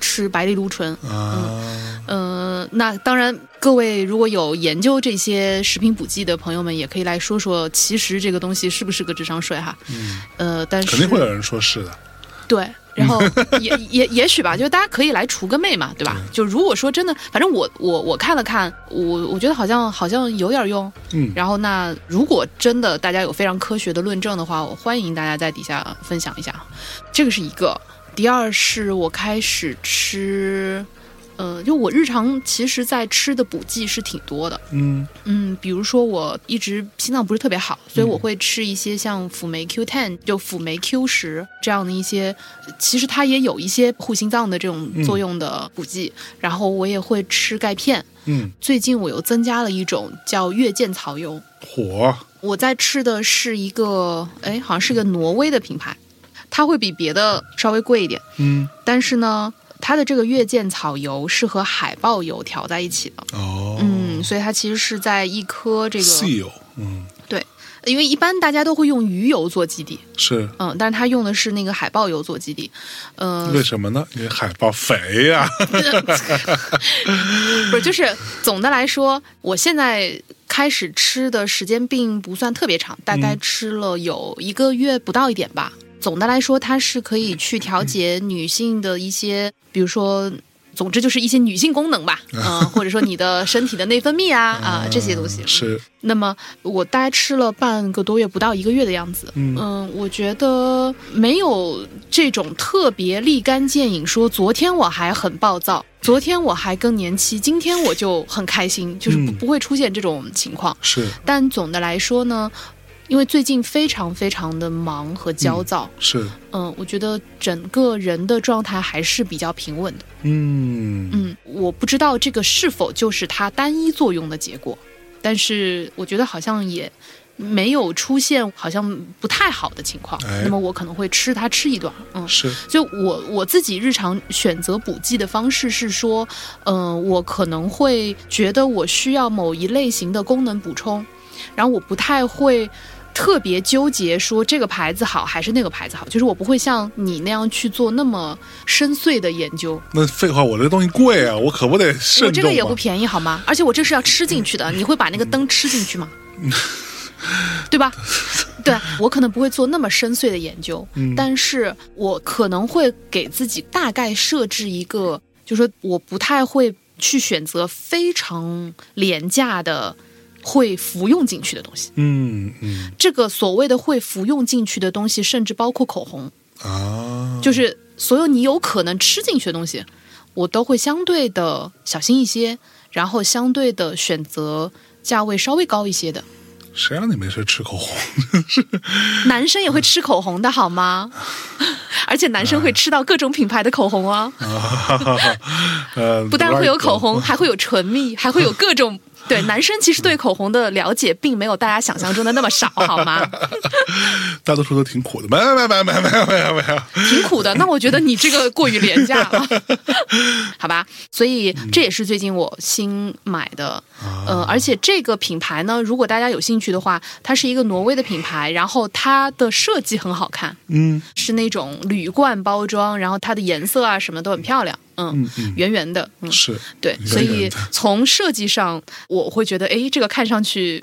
Speaker 2: 吃白藜芦醇。
Speaker 3: 嗯啊，
Speaker 2: 嗯、那当然，各位如果有研究这些食品补剂的朋友们，也可以来说说，其实这个东西是不是个智商税哈？
Speaker 3: 嗯，
Speaker 2: 呃，但是
Speaker 3: 肯定会有人说是的。
Speaker 2: 对，然后 也也也许吧，就是大家可以来除个魅嘛，对吧？就如果说真的，反正我我我看了看，我我觉得好像好像有点用。
Speaker 3: 嗯
Speaker 2: 然后那如果真的大家有非常科学的论证的话，我欢迎大家在底下分享一下。这个是一个，第二是我开始吃，呃，就我日常其实在吃的补剂是挺多的，
Speaker 3: 嗯
Speaker 2: 嗯，比如说我一直心脏不是特别好，所以我会吃一些像辅酶 Q10 就辅酶 Q 十这样的一些，其实它也有一些护心脏的这种作用的补剂。然后我也会吃钙片。
Speaker 3: 嗯，
Speaker 2: 最近我又增加了一种叫月见草油，
Speaker 3: 火
Speaker 2: 我在吃的是一个，哎，好像是个挪威的品牌，它会比别的稍微贵一点，
Speaker 3: 嗯
Speaker 2: 但是呢，它的这个月见草油是和海豹油调在一起的。
Speaker 3: 哦，
Speaker 2: 嗯，所以它其实是在一颗这个
Speaker 3: 稀有，嗯
Speaker 2: 对，因为一般大家都会用鱼油做基底，
Speaker 3: 是。
Speaker 2: 嗯，但是它用的是那个海豹油做基底，嗯、
Speaker 3: 为什么呢？因为海豹肥呀、
Speaker 2: 不是， 就是总的来说，我现在开始吃的时间并不算特别长，大
Speaker 3: 嗯
Speaker 2: 概吃了有一个月不到一点吧。总的来说，它是可以去
Speaker 3: 嗯
Speaker 2: 调节女性的一些，比如说。总之就是一些女性功能 吧，嗯、或者说你的身体的内分泌啊啊、这些东西。
Speaker 3: 嗯是
Speaker 2: 那么我大概吃了半个多月，不到一个月的样子。
Speaker 3: 嗯
Speaker 2: 我觉得没有这种特别立竿见影说，昨天我还很暴躁，昨天我还更年期，今天我就很开心，就是不、
Speaker 3: 嗯
Speaker 2: 不会出现这种情况。
Speaker 3: 是
Speaker 2: 但总的来说呢，因为最近非常非常的忙和焦躁，
Speaker 3: 是，
Speaker 2: 嗯、我觉得整个人的状态还是比较平稳的。
Speaker 3: 嗯
Speaker 2: 嗯，我不知道这个是否就是它单一作用的结果，但是我觉得好像也没有出现好像不太好的情况。
Speaker 3: 哎
Speaker 2: 那么我可能会吃它吃一段，嗯。
Speaker 3: 是
Speaker 2: 就我我自己日常选择补剂的方式是说，嗯、我可能会觉得我需要某一类型的功能补充，然后我不太会特别纠结说这个牌子好还是那个牌子好，就是我不会像你那样去做那么深邃的研究。
Speaker 3: 那废话，我这东西贵啊，我可不得慎重、啊。
Speaker 2: 我这个也不便宜好吗？而且我这是要吃进去的，你会把那个灯吃进去吗？ 对吧？对啊我可能不会做那么深邃的研究，但是我可能会给自己大概设置一个，就说我不太会去选择非常廉价的会服用进去的东西。
Speaker 3: 嗯嗯
Speaker 2: 这个所谓的会服用进去的东西，甚至包括口红，
Speaker 3: 啊，
Speaker 2: 就是所有你有可能吃进去的东西，我都会相对的小心一些，然后相对的选择价位稍微高一些的。
Speaker 3: 谁让你没事吃口红？
Speaker 2: 男生也会吃口红的好吗？ 而且男生会吃到各种品牌的口红啊，
Speaker 3: 呃，
Speaker 2: 不但会有口红，还会有唇蜜，还会有各种。对，男生其实对口红的了解并没有大家想象中的那么少，好吗？
Speaker 3: 大多数都挺苦的。没有没有没有没有没有没有没有，
Speaker 2: 挺苦的。那我觉得你这个过于廉价了，好吧？所以
Speaker 3: 嗯
Speaker 2: 这也是最近我新买的，
Speaker 3: 啊
Speaker 2: 呃，而且这个品牌呢，如果大家有兴趣的话，它是一个挪威的品牌，然后它的设计很好看，
Speaker 3: 嗯
Speaker 2: 是那种铝罐包装，然后它的颜色啊什么都很漂亮，嗯，
Speaker 3: 嗯嗯，
Speaker 2: 圆圆的，嗯。
Speaker 3: 是
Speaker 2: 对，
Speaker 3: 圆
Speaker 2: 所以
Speaker 3: 圆的
Speaker 2: 从设计上，我会觉得，哎，这个看上去，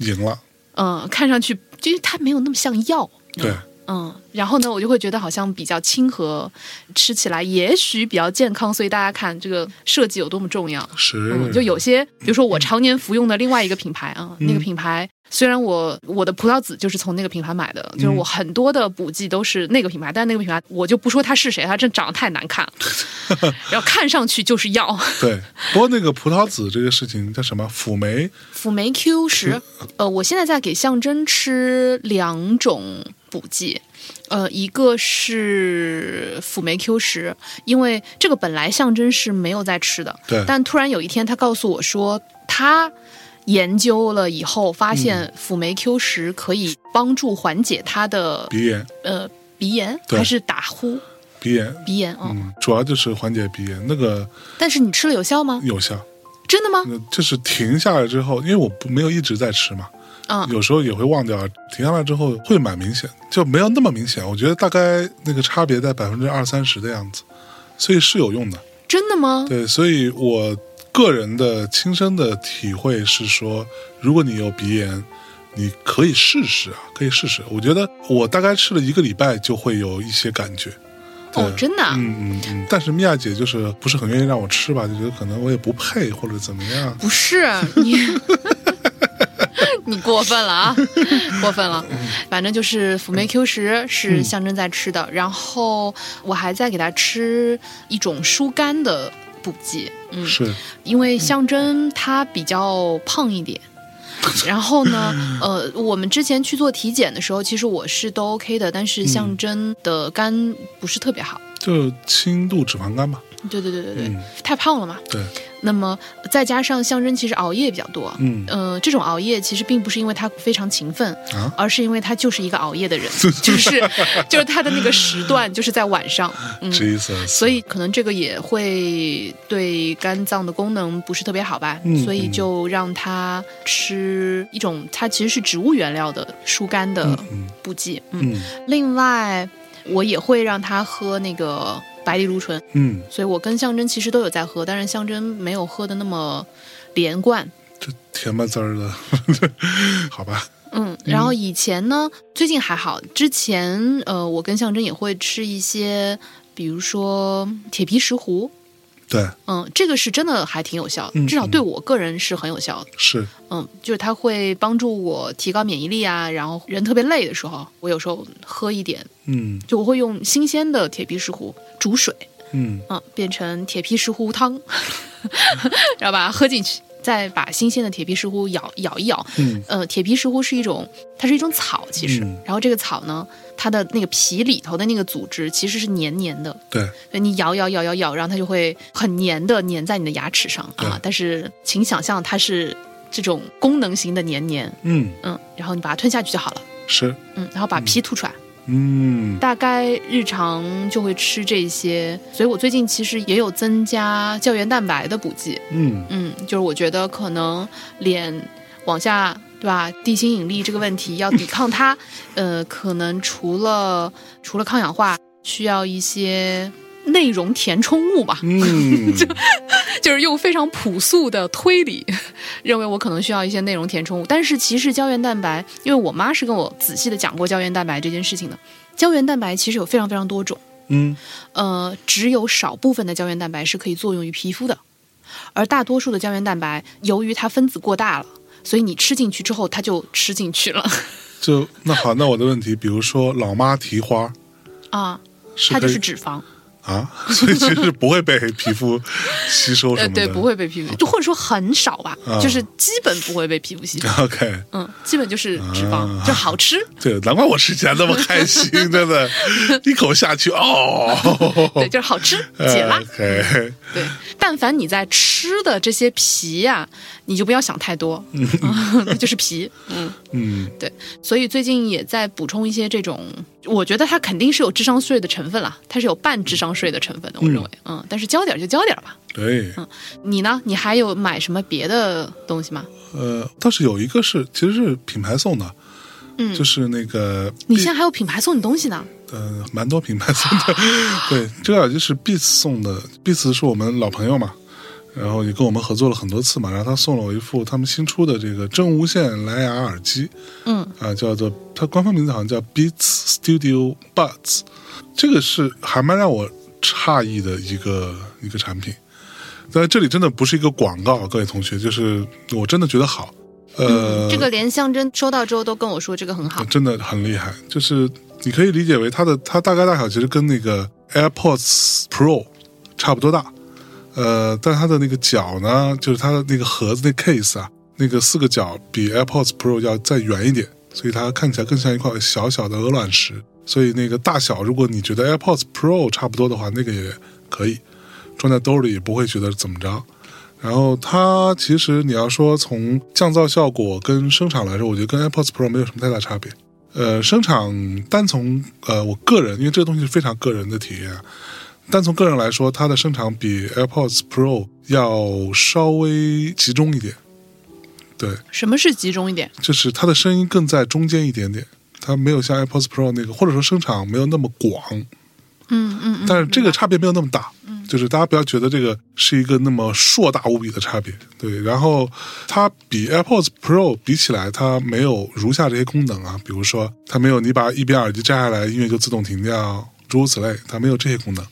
Speaker 3: 赢了，
Speaker 2: 嗯、看上去，就是它没有那么像药，
Speaker 3: 对，
Speaker 2: 嗯，然后呢，我就会觉得好像比较亲和，吃起来也许比较健康，所以大家看这个设计有多么重要。
Speaker 3: 是、
Speaker 2: 嗯，就有些，比如说我常年服用的另外一个品牌啊，那个品牌虽然我我的葡萄籽就是从那个品牌买的，就是我很多的补剂都是那个品牌，但那个品牌我就不说它是谁，它真长得太难看了，然后看上去就是药，
Speaker 3: 对。不过那个葡萄籽这个事情叫什么？辅酶
Speaker 2: 辅酶 Q 十，
Speaker 3: 嗯
Speaker 2: 呃，我现在在给象征吃两种补剂，呃，一个是辅酶 Q 十，因为这个本来象征是没有在吃的，
Speaker 3: 对
Speaker 2: 但突然有一天他告诉我说他。研究了以后，发
Speaker 3: 嗯
Speaker 2: 现辅酶 Q 十可以帮助缓解他的、
Speaker 3: 鼻炎，
Speaker 2: 呃鼻炎
Speaker 3: 对
Speaker 2: 还是打呼
Speaker 3: 鼻炎，
Speaker 2: 鼻炎啊、哦
Speaker 3: 嗯，主要就是缓解鼻炎，那个
Speaker 2: 但是你吃了有效吗？
Speaker 3: 嗯有效。
Speaker 2: 真的吗？
Speaker 3: 那就是停下来之后，因为我不没有一直在吃嘛，
Speaker 2: 嗯
Speaker 3: 有时候也会忘掉。停下来之后会蛮明显，就没有那么明显。我觉得大概那个差别在百分之二三十的样子，所以是有用的。
Speaker 2: 真的吗？
Speaker 3: 对，所以我个人的亲身的体会是说，如果你有鼻炎，你可以试试啊，可以试试。我觉得我大概吃了一个礼拜就会有一些感觉，
Speaker 2: 哦，真的啊，
Speaker 3: 嗯嗯嗯，但是米娅姐就是不是很愿意让我吃吧，就觉得可能我也不配或者怎么样。
Speaker 2: 不是 你，你过分了啊，过分了。
Speaker 3: 嗯
Speaker 2: 反正就是辅酶 Q 十是象征在吃的，然后我还在给他吃一种疏肝的补剂，嗯，
Speaker 3: 是，
Speaker 2: 因为象征他比较胖一 点。然后呢，呃，我们之前去做体检的时候，其实我是都 OK 的，但是象
Speaker 3: 嗯
Speaker 2: 征的肝不是特别好。
Speaker 3: 就轻度脂肪肝吧。
Speaker 2: 对对对对对，
Speaker 3: 嗯
Speaker 2: 太胖了嘛。
Speaker 3: 对，
Speaker 2: 那么再加上象征其实熬夜比较多，
Speaker 3: 嗯
Speaker 2: 呃，这种熬夜其实并不是因为他非常勤奋，
Speaker 3: 啊
Speaker 2: 而是因为他就是一个熬夜的 人，就是就是他的那个时段就是在晚上，嗯。
Speaker 3: ，Jesus，
Speaker 2: 所以可能这个也会对肝脏的功能不是特别好吧，
Speaker 3: 嗯
Speaker 2: 所以就让他吃一种它其实是植物原料的疏肝的
Speaker 3: 嗯
Speaker 2: 补剂。嗯，
Speaker 3: 嗯
Speaker 2: 另外我也会让他喝那个白藜芦醇，
Speaker 3: 嗯，
Speaker 2: 所以我跟象征其实都有在喝，但是象征没有喝的那么连贯。
Speaker 3: 这甜吧滋儿的， 好吧，
Speaker 2: 嗯，然后以前呢，最近还好，之前呃，我跟象征也会吃一些，比如说铁皮石斛，
Speaker 3: 对，
Speaker 2: 嗯，这个是真的还挺有效的，
Speaker 3: 嗯
Speaker 2: 至少对我个人是很有效的。
Speaker 3: 是，
Speaker 2: 嗯，就是它会帮助我提高免疫力啊，然后人特别累的时候，我有时候喝一点，
Speaker 3: 嗯
Speaker 2: 就我会用新鲜的铁皮石斛煮水，
Speaker 3: 嗯
Speaker 2: 嗯，变成铁皮石斛汤， 然后把它喝进去，再把新鲜的铁皮石斛咬咬一咬。
Speaker 3: 嗯
Speaker 2: 呃，铁皮石斛是一种，它是一种草，其实，
Speaker 3: 嗯
Speaker 2: 然后这个草呢，它的那个皮里头的那个组织其实是黏黏的，
Speaker 3: 对，
Speaker 2: 对你咬咬咬咬咬，然后它就会很黏的粘在你的牙齿上啊
Speaker 3: 对。
Speaker 2: 但是请想象它是这种功能型的黏黏，
Speaker 3: 嗯
Speaker 2: 嗯，然后你把它吞下去就好了，
Speaker 3: 是，
Speaker 2: 嗯，然后把皮吐出来。
Speaker 3: 嗯
Speaker 2: 大概日常就会吃这些，所以我最近其实也有增加胶原蛋白的补剂。
Speaker 3: 嗯
Speaker 2: 嗯，就是我觉得可能脸往下，对吧？地心引力这个问题要抵抗它，呃，可能除了除了抗氧化，需要一些内容填充物吧，
Speaker 3: 嗯，
Speaker 2: 就是用非常朴素的推理， 认为我可能需要一些内容填充物。但是其实胶原蛋白，因为我妈是跟我仔细的讲过胶原蛋白这件事情的。胶原蛋白其实有非常非常多种。
Speaker 3: 嗯
Speaker 2: 呃，只有少部分的胶原蛋白是可以作用于皮肤的，而大多数的胶原蛋白，由于它分子过大了，所以你吃进去之后，它就吃进去 了
Speaker 3: 就那好，那我的问题，比如说老妈蹄花
Speaker 2: 啊，
Speaker 3: 是
Speaker 2: 它就
Speaker 3: 可以
Speaker 2: 是脂肪，
Speaker 3: 啊， 所以其实是不会被皮肤吸收什
Speaker 2: 呃，
Speaker 3: 么的，
Speaker 2: 对，不会被皮肤，就或者说很少吧，
Speaker 3: 啊
Speaker 2: 就是基本不会被皮肤吸收，
Speaker 3: OK，
Speaker 2: 嗯，基本就是脂肪，
Speaker 3: 啊
Speaker 2: 就好吃，
Speaker 3: 对，难怪我吃起来那么开心，真 的，一口下去哦，哎
Speaker 2: 对，就是 好吃，解辣。
Speaker 3: OK，
Speaker 2: 对，但凡你在吃的这些皮呀、你就不要想太多，啊 那就是皮，嗯。
Speaker 3: 嗯
Speaker 2: 对，所以最近也在补充一些这种，我觉得它肯定是有智商税的成分啦，它是有半智商税的成分的，我认为，嗯但是交点儿就交点儿吧。
Speaker 3: 对，
Speaker 2: 你呢？你还有买什么别的东西吗？
Speaker 3: 呃，倒是有一个是其实是品牌送的，
Speaker 2: 嗯
Speaker 3: 就是那个
Speaker 2: 你
Speaker 3: Beats-
Speaker 2: 现在还有品牌送你东西呢？
Speaker 3: 呃，蛮多品牌送的，对，这个就是 Beats 送的，Beats 是我们老朋友嘛，然后也跟我们合作了很多次嘛，然后他送了我一副他们新出的这个真无线蓝牙耳机，
Speaker 2: 嗯
Speaker 3: 啊，叫做它官方名字好像叫 Beats Studio Buds，这个是还蛮让我诧异的一个一个产品。但这里真的不是一个广告，各位同学，就是我真的觉得好，呃，
Speaker 2: 嗯这个连象征收到之后都跟我说这个很好。
Speaker 3: 真的很厉害。就是你可以理解为它的它大概大小其实跟那个 AirPods Pro 差不多大，呃，但它的那个角呢，就是它的那个盒子那 case 啊，那个四个角比 AirPods Pro 要再圆一点，所以它看起来更像一块小小的鹅卵石。所以那个大小，如果你觉得 AirPods Pro 差不多的话，那个也可以装在兜里，也不会觉得怎么着。然后它其实你要说从降噪效果跟声场来说，我觉得跟 AirPods Pro 没有什么太大差别。呃，声场单从呃我个人，因为这个东西是非常个人的体验啊，单从个人来说，它的声场比 AirPods Pro 要稍微集中一点，对，
Speaker 2: 什么是集中一点？
Speaker 3: 就是它的声音更在中间一点点，它没有像 AirPods Pro 那个，或者说声场没有那么广，
Speaker 2: 嗯嗯嗯，
Speaker 3: 但是这个差别没有那么大，就是大家不要觉得这个是一个那么硕大无比的差别，对。然后它比 AirPods Pro 比起来，它没有如下这些功能啊，比如说它没有你把一边耳机摘下来，音乐就自动停掉，诸如此类，它没有这些功能。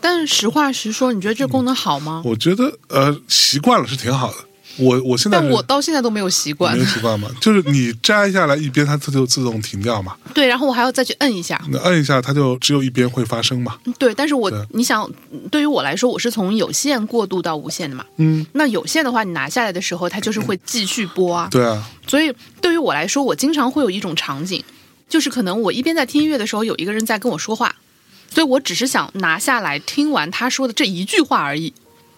Speaker 2: 但是实话实说，你觉得这功能好吗？
Speaker 3: 嗯我觉得呃，习惯了是挺好的。我我现在
Speaker 2: 但
Speaker 3: 是
Speaker 2: 我到现在都没有习惯
Speaker 3: 没有。习惯嘛，就是你摘下来一边，它它就自动停掉嘛。
Speaker 2: 对，然后我还要再去摁一下。
Speaker 3: 你按一下，它就只有一边会发声嘛。
Speaker 2: 对，但是我
Speaker 3: 对
Speaker 2: 你想，对于我来说，我是从有线过渡到无线的嘛。
Speaker 3: 嗯，
Speaker 2: 那有线的话，你拿下来的时候，它就是会继续播啊。
Speaker 3: 对啊，
Speaker 2: 所以对于我来说，我经常会有一种场景，就是可能我一边在听音乐的时候，有一个人在跟我说话，所以我只是想拿下来听完他说的这一句话而已，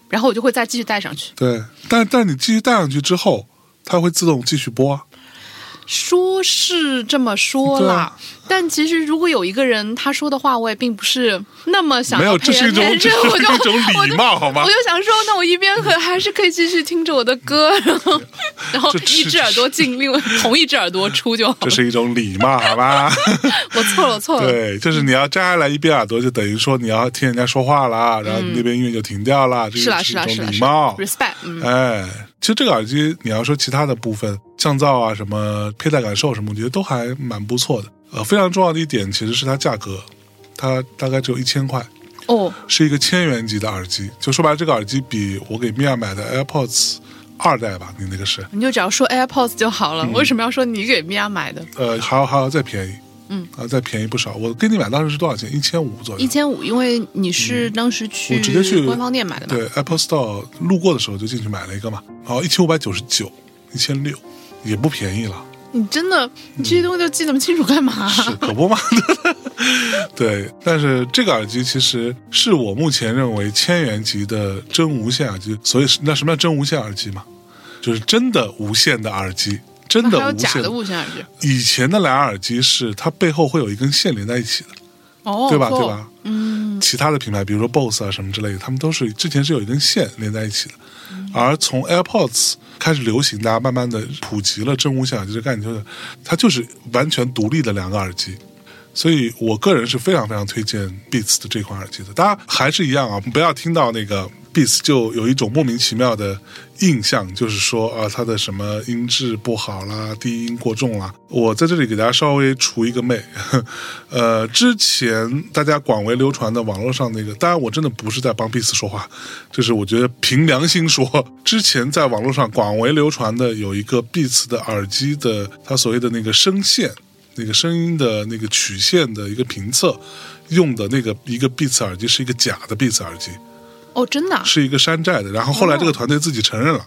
Speaker 2: 然后我就会再继续带上去。
Speaker 3: 对。但但你继续戴上去之后，它会自动继续播啊。
Speaker 2: 说是这么说
Speaker 3: 对
Speaker 2: 啦
Speaker 3: 啊，
Speaker 2: 但其实如果有一个人他说的话，我也并不是那么想
Speaker 3: 没有，
Speaker 2: 要
Speaker 3: 这
Speaker 2: 配
Speaker 3: 是一种
Speaker 2: attention，
Speaker 3: 这
Speaker 2: 我就是
Speaker 3: 一 种
Speaker 2: 我
Speaker 3: 礼
Speaker 2: 就
Speaker 3: 貌，好吗
Speaker 2: 我？就想说，那我一边可还是可以继续听着我的歌， 然后然后
Speaker 3: 这
Speaker 2: 一只耳朵进，另外同一只耳朵出就好
Speaker 3: 这
Speaker 2: 了。
Speaker 3: 是一种礼貌，好吧？
Speaker 2: 我错了，我错了。
Speaker 3: 对，就是你要摘下来一边耳朵，就等于说你要听人家说话啦，然后那边音乐就停掉啦，这
Speaker 2: 嗯是啦
Speaker 3: 个
Speaker 2: 是
Speaker 3: 一
Speaker 2: 啦是
Speaker 3: 种
Speaker 2: 啦
Speaker 3: 礼
Speaker 2: 是
Speaker 3: 貌
Speaker 2: 啦。，respect，嗯，
Speaker 3: 哎，其实这个耳机你要说其他的部分，降噪啊、什么佩戴感受什么，我觉得都还蛮不错的。呃，非常重要的一点其实是它价格，它大概只有一千块，
Speaker 2: 哦，
Speaker 3: 是一个千元级的耳机。就说白了，这个耳机比我给米娅买的 AirPods 二代吧，你那个是，
Speaker 2: 你就只要说 AirPods 就好
Speaker 3: 嗯
Speaker 2: 了，为什么要说你给米娅买的？
Speaker 3: 呃，还要还要再便宜，
Speaker 2: 嗯，
Speaker 3: 啊，再便宜不少。我给你买当时是多少钱？一千五左右。
Speaker 2: 一千五，因为你是当时去
Speaker 3: 嗯我直接去
Speaker 2: 官方店买的嘛，
Speaker 3: 对，Apple Store 路过的时候就进去买了一个嘛，然后一千五百九十九，一千六，也不便宜了，
Speaker 2: 你真的你这些东西都记那么清楚干嘛？
Speaker 3: 是可不嘛？ 对，但是这个耳机其实是我目前认为千元级的真无线耳机，所以是那什么叫真无线耳机嘛？就是真的无线的耳机，真
Speaker 2: 那还有
Speaker 3: 的无
Speaker 2: 假
Speaker 3: 线
Speaker 2: 的。无线耳机，
Speaker 3: 以前的蓝牙耳机是它背后会有一根线连在一起的，
Speaker 2: 哦，
Speaker 3: 对吧？
Speaker 2: 错
Speaker 3: 对吧？？嗯，其他的品牌，比如说 BOSS 啊什么之类的，他们都是之前是有一根线连在一起的。
Speaker 2: 嗯
Speaker 3: 而从 AirPods 开始流行，大家慢慢的普及了真无线耳机这个概念，就是它就是完全独立的两个耳机。所以我个人是非常非常推荐 Beats 的这款耳机的。大家还是一样啊，不要听到那个 Beats 就有一种莫名其妙的印象，就是说啊，它的什么音质不好啦，低音过重啦。我在这里给大家稍微除一个魅， 呃，之前大家广为流传的网络上那个，当然我真的不是在帮 Beats 说话，就是我觉得凭良心说，之前在网络上广为流传的有一个 Beats 的耳机的，它所谓的那个声线。那个声音的那个曲线的一个评测，用的那个一个 Beats 耳机是一个假的 Beats 耳机，
Speaker 2: 哦，真的啊，
Speaker 3: 是一个山寨的。然后后来
Speaker 2: 哦
Speaker 3: 这个团队自己承认了，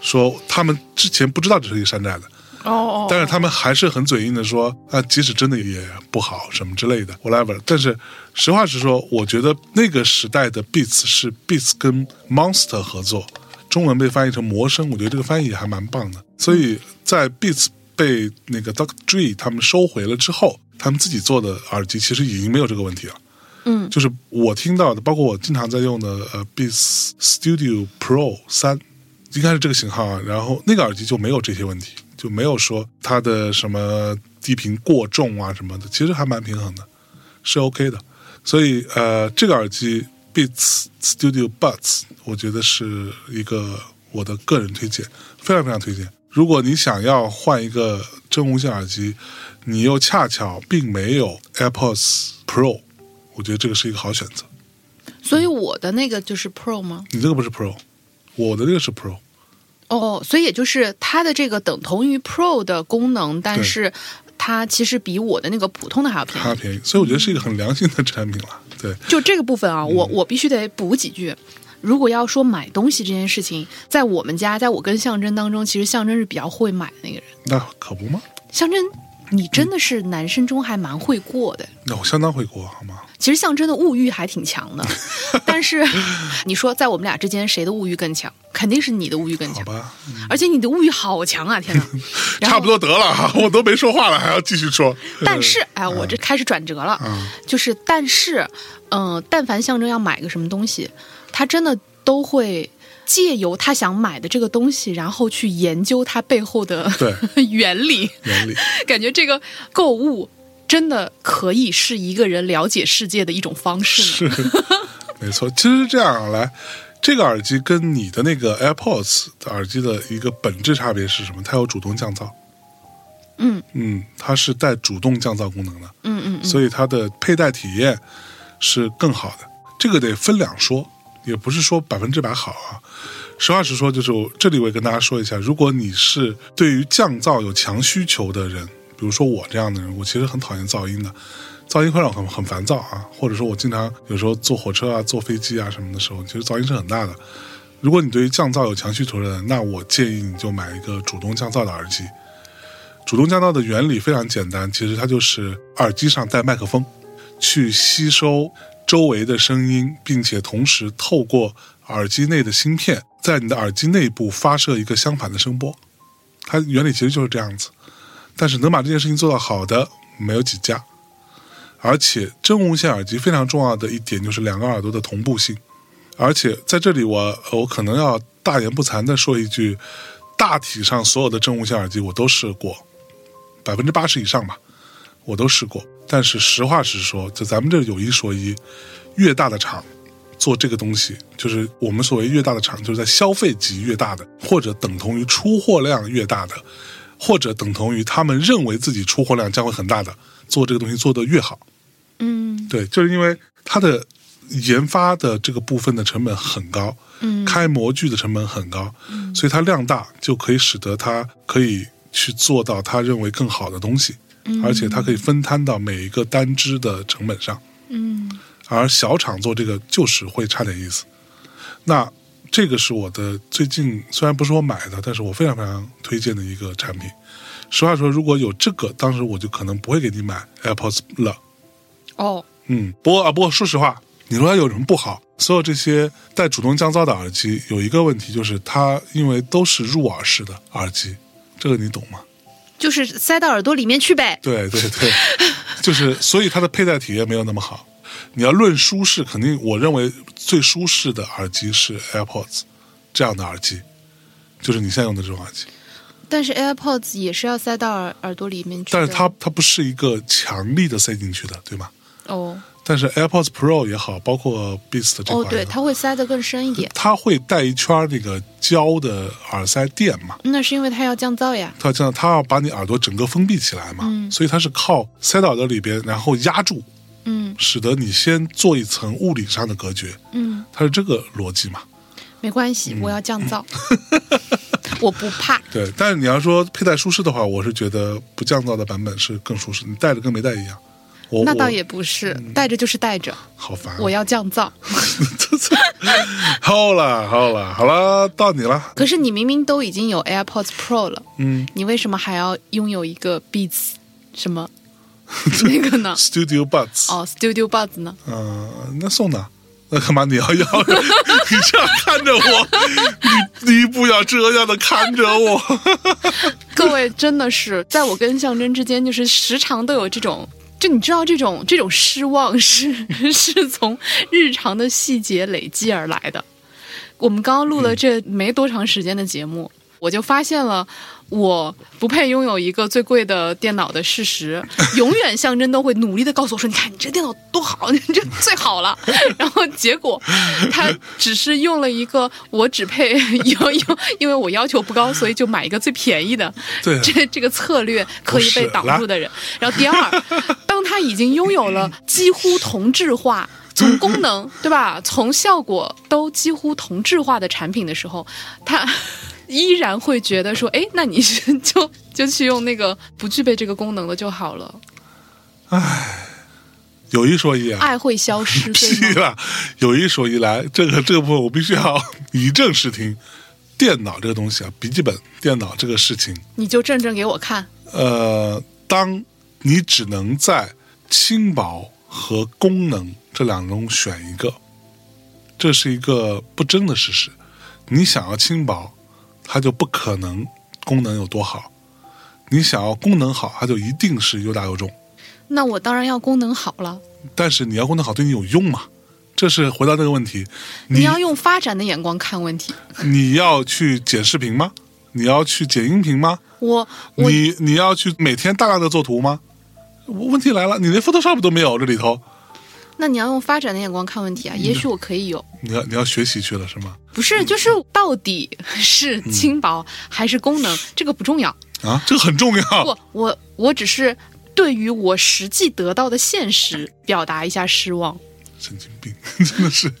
Speaker 3: 说他们之前不知道这是一个山寨的，
Speaker 2: 哦哦，
Speaker 3: 但是他们还是很嘴硬的说啊，即使真的也不好什么之类的，whatever。但是实话实说，我觉得那个时代的 Beats 是 Beats 跟 Monster 合作，中文被翻译成魔声，我觉得这个翻译还蛮棒的。所以在 Beats 被那个 Dr. Dre 他们收回了之后，他们自己做的耳机其实已经没有这个问题了。
Speaker 2: 嗯
Speaker 3: 就是我听到的，包括我经常在用的呃 Beats Studio Pro 三，应该是这个型号啊。然后那个耳机就没有这些问题，就没有说它的什么低频过重啊什么的，其实还蛮平衡的，是 OK 的。所以呃，这个耳机 Beats Studio Buds，我觉得是一个我的个人推荐，非常非常推荐。如果你想要换一个真无线耳机，你又恰巧并没有 AirPods Pro，我觉得这个是一个好选择。
Speaker 2: 所以我的那个就是 Pro 吗？
Speaker 3: 你这个不是 Pro，我的这个是 Pro，
Speaker 2: 哦，所以也就是它的这个等同于 Pro 的功能，但
Speaker 3: 对
Speaker 2: 是它其实比我的那个普通的还要便宜
Speaker 3: 它。便宜，所以我觉得是一个很良心的产品了。对，
Speaker 2: 就这个部分
Speaker 3: 嗯
Speaker 2: 啊，我我必须得补几句。如果要说买东西这件事情，在我们家，在我跟象征当中，其实象征是比较会买的那个人。
Speaker 3: 那可不吗？
Speaker 2: 象征，你真的是男生中还蛮会过的。
Speaker 3: 那我相当会过，好吗？
Speaker 2: 其实象征的物欲还挺 强的，但是你说在我们俩之间，谁的物欲更强？肯定是你的物欲更
Speaker 3: 好
Speaker 2: 强，
Speaker 3: 吧，
Speaker 2: 而且你的物欲好强啊！ 天哪，然后
Speaker 3: 差不多得了哈，我都没说话了，还要继续 说。
Speaker 2: 但是，哎，我这开始转折了，
Speaker 3: 嗯
Speaker 2: 就是但是，嗯、但凡象征要买个什么东西，他真的都会借由他想买的这个东西，然后去研究它背后的
Speaker 3: 对
Speaker 2: 原理，
Speaker 3: 原理，
Speaker 2: 感觉这个购物真的可以是一个人了解世界的一种方式呢。
Speaker 3: 没错，其实是这样啊来，这个耳机跟你的那个 AirPods 的耳机的一个本质差别是什么？它有主动降噪。
Speaker 2: 嗯
Speaker 3: 嗯，它是带主动降噪功能的，
Speaker 2: 嗯嗯，
Speaker 3: 所以它的佩戴体验是更好的。这个得分两说，也不是说百分之百好啊。实话实说，就是我这里我也跟大家说一下，如果你是对于降噪有强需求的人，比如说我这样的人，我其实很讨厌噪音的，噪音会让我很很烦躁啊。或者说我经常有时候坐火车啊、坐飞机啊什么的时候，其实噪音是很大的。如果你对于降噪有强需求的人，那我建议你就买一个主动降噪的耳机。主动降噪的原理非常简单，其实它就是耳机上带麦克风，去吸收周围的声音，并且同时透过耳机内的芯片，在你的耳机内部发射一个相反的声波。它原理其实就是这样子，但是能把这件事情做到好的没有几家。而且真无线耳机非常重要的一点就是两个耳朵的同步性，而且在这里我呃我可能要大言不惭的说一句，大体上所有的真无线耳机我都试过，百分之八十以上吧，我都试过。但是实话实说，就咱们这有一说一，越大的厂做这个东西，就是我们所谓越大的厂，就是在消费级越大的，或者等同于出货量越大的，或者等同于他们认为自己出货量将会很大的，做这个东西做得越好。
Speaker 2: 嗯
Speaker 3: 对，就是因为它的研发的这个部分的成本很高，
Speaker 2: 嗯
Speaker 3: 开模具的成本很高，所以它量大就可以使得它可以去做到他认为更好的东西，
Speaker 2: 嗯
Speaker 3: 而且它可以分摊到每一个单支的成本上。
Speaker 2: 嗯
Speaker 3: 而小厂做这个就是会差点意思。那这个是我的最近虽然不是我买的，但是我非常非常推荐的一个产品。实话说，如果有这个，当时我就可能不会给你买 AirPods 了。
Speaker 2: 哦
Speaker 3: 嗯，不过啊，不过说实话，你说它有什么不好？所有这些带主动降噪的耳机有一个问题，就是它因为都是入耳式的耳机，这个你懂吗？
Speaker 2: 就是塞到耳朵里面去呗。
Speaker 3: 对对 对，就是所以它的佩戴体验没有那么好。你要论舒适，肯定我认为最舒适的耳机是 AirPods 这样的耳机，就是你现在用的这种耳机。
Speaker 2: 但是 AirPods 也是要塞到耳耳朵里面去的。
Speaker 3: 但是它它不是一个强力的塞进去的，对吗？
Speaker 2: 哦
Speaker 3: 但是 AirPods Pro 也好，包括 Beats 这款也好、
Speaker 2: 哦，对，它会塞得更深一点。
Speaker 3: 它会带一圈儿那个胶的耳塞垫嘛，
Speaker 2: 那是因为它要降噪呀。
Speaker 3: 它这样它要把你耳朵整个封闭起来嘛，所以它是靠塞到耳朵里边，然后压住，
Speaker 2: 嗯
Speaker 3: 使得你先做一层物理上的隔绝，
Speaker 2: 嗯，
Speaker 3: 它是这个逻辑嘛。
Speaker 2: 没关系，我要降噪， 我不怕。
Speaker 3: 对，但是你要说佩戴舒适的话，我是觉得不降噪的版本是更舒适，你戴着跟没戴一样。我
Speaker 2: 那
Speaker 3: 我
Speaker 2: 倒也不是，戴着就是戴着，
Speaker 3: 好烦、啊
Speaker 2: 我要降噪。
Speaker 3: 好了好了好了，到你了，
Speaker 2: 可是你明明都已经有 AirPods Pro 了，
Speaker 3: 嗯
Speaker 2: 你为什么还要拥有一个 Beats 什么那个呢？
Speaker 3: ，Studio Buds，
Speaker 2: 哦，Studio Buds 呢？
Speaker 3: 嗯、那送的， 那干嘛你要要？你这样看着我，你你不要这样的看着我。
Speaker 2: 各位真的是，在我跟象征之间，就是时常都有这种，就你知道这种这种失望是 是从日常的细节累积而来的。我们刚刚录
Speaker 3: 嗯
Speaker 2: 了这没多长时间的节目，我就发现了我不配拥有一个最贵的电脑的事实。 永远象征都会努力的告诉我说：“你看你这电脑多好， 你这最好 了。”然后结果他只是用了一个我只配 有有，因为我要求不高，所以就买一个最便宜的。
Speaker 3: 对啊
Speaker 2: 这这个策略可以被挡住的人。然后第二，当他已经拥有了几乎同质化。从功能对吧，从效果都几乎同质化的产品的时候，他依然会觉得说，哎，那你是就就去用那个不具备这个功能的就好了，
Speaker 3: 有一说一啊，
Speaker 2: 爱会消失，
Speaker 3: 屁
Speaker 2: 对吗？
Speaker 3: 了！ 有一说一来，这个这个部分我必须要 以正视听。电脑这个东西啊，笔记本电脑这个事情，
Speaker 2: 你就证证给我看，
Speaker 3: 呃，当你只能在轻薄和功能这两中选一个，这是一个不争的事实。你想要轻薄，它就不可能功能有多好；你想要功能好，它就一定是又大又重。
Speaker 2: 那我当然要功能好了。
Speaker 3: 但是你要功能好，对你有用吗？这是回到这个问题，
Speaker 2: 你要用发展的眼光看问题。
Speaker 3: 你要去剪视频吗？你要去剪音频吗？
Speaker 2: 我我
Speaker 3: 你你要去每天大量的做图吗？我问题来了，你连 Photoshop 都没有这里头，
Speaker 2: 那你要用发展的眼光看问题啊，也许我可以有，
Speaker 3: 你要你要学习去了是吗？
Speaker 2: 不是就是到底 是轻薄还是功能，这个不重要。
Speaker 3: 啊，这个很重要。
Speaker 2: 不，我我只是对于我实际得到的现实表达一下失望。
Speaker 3: 神经病， 真的是。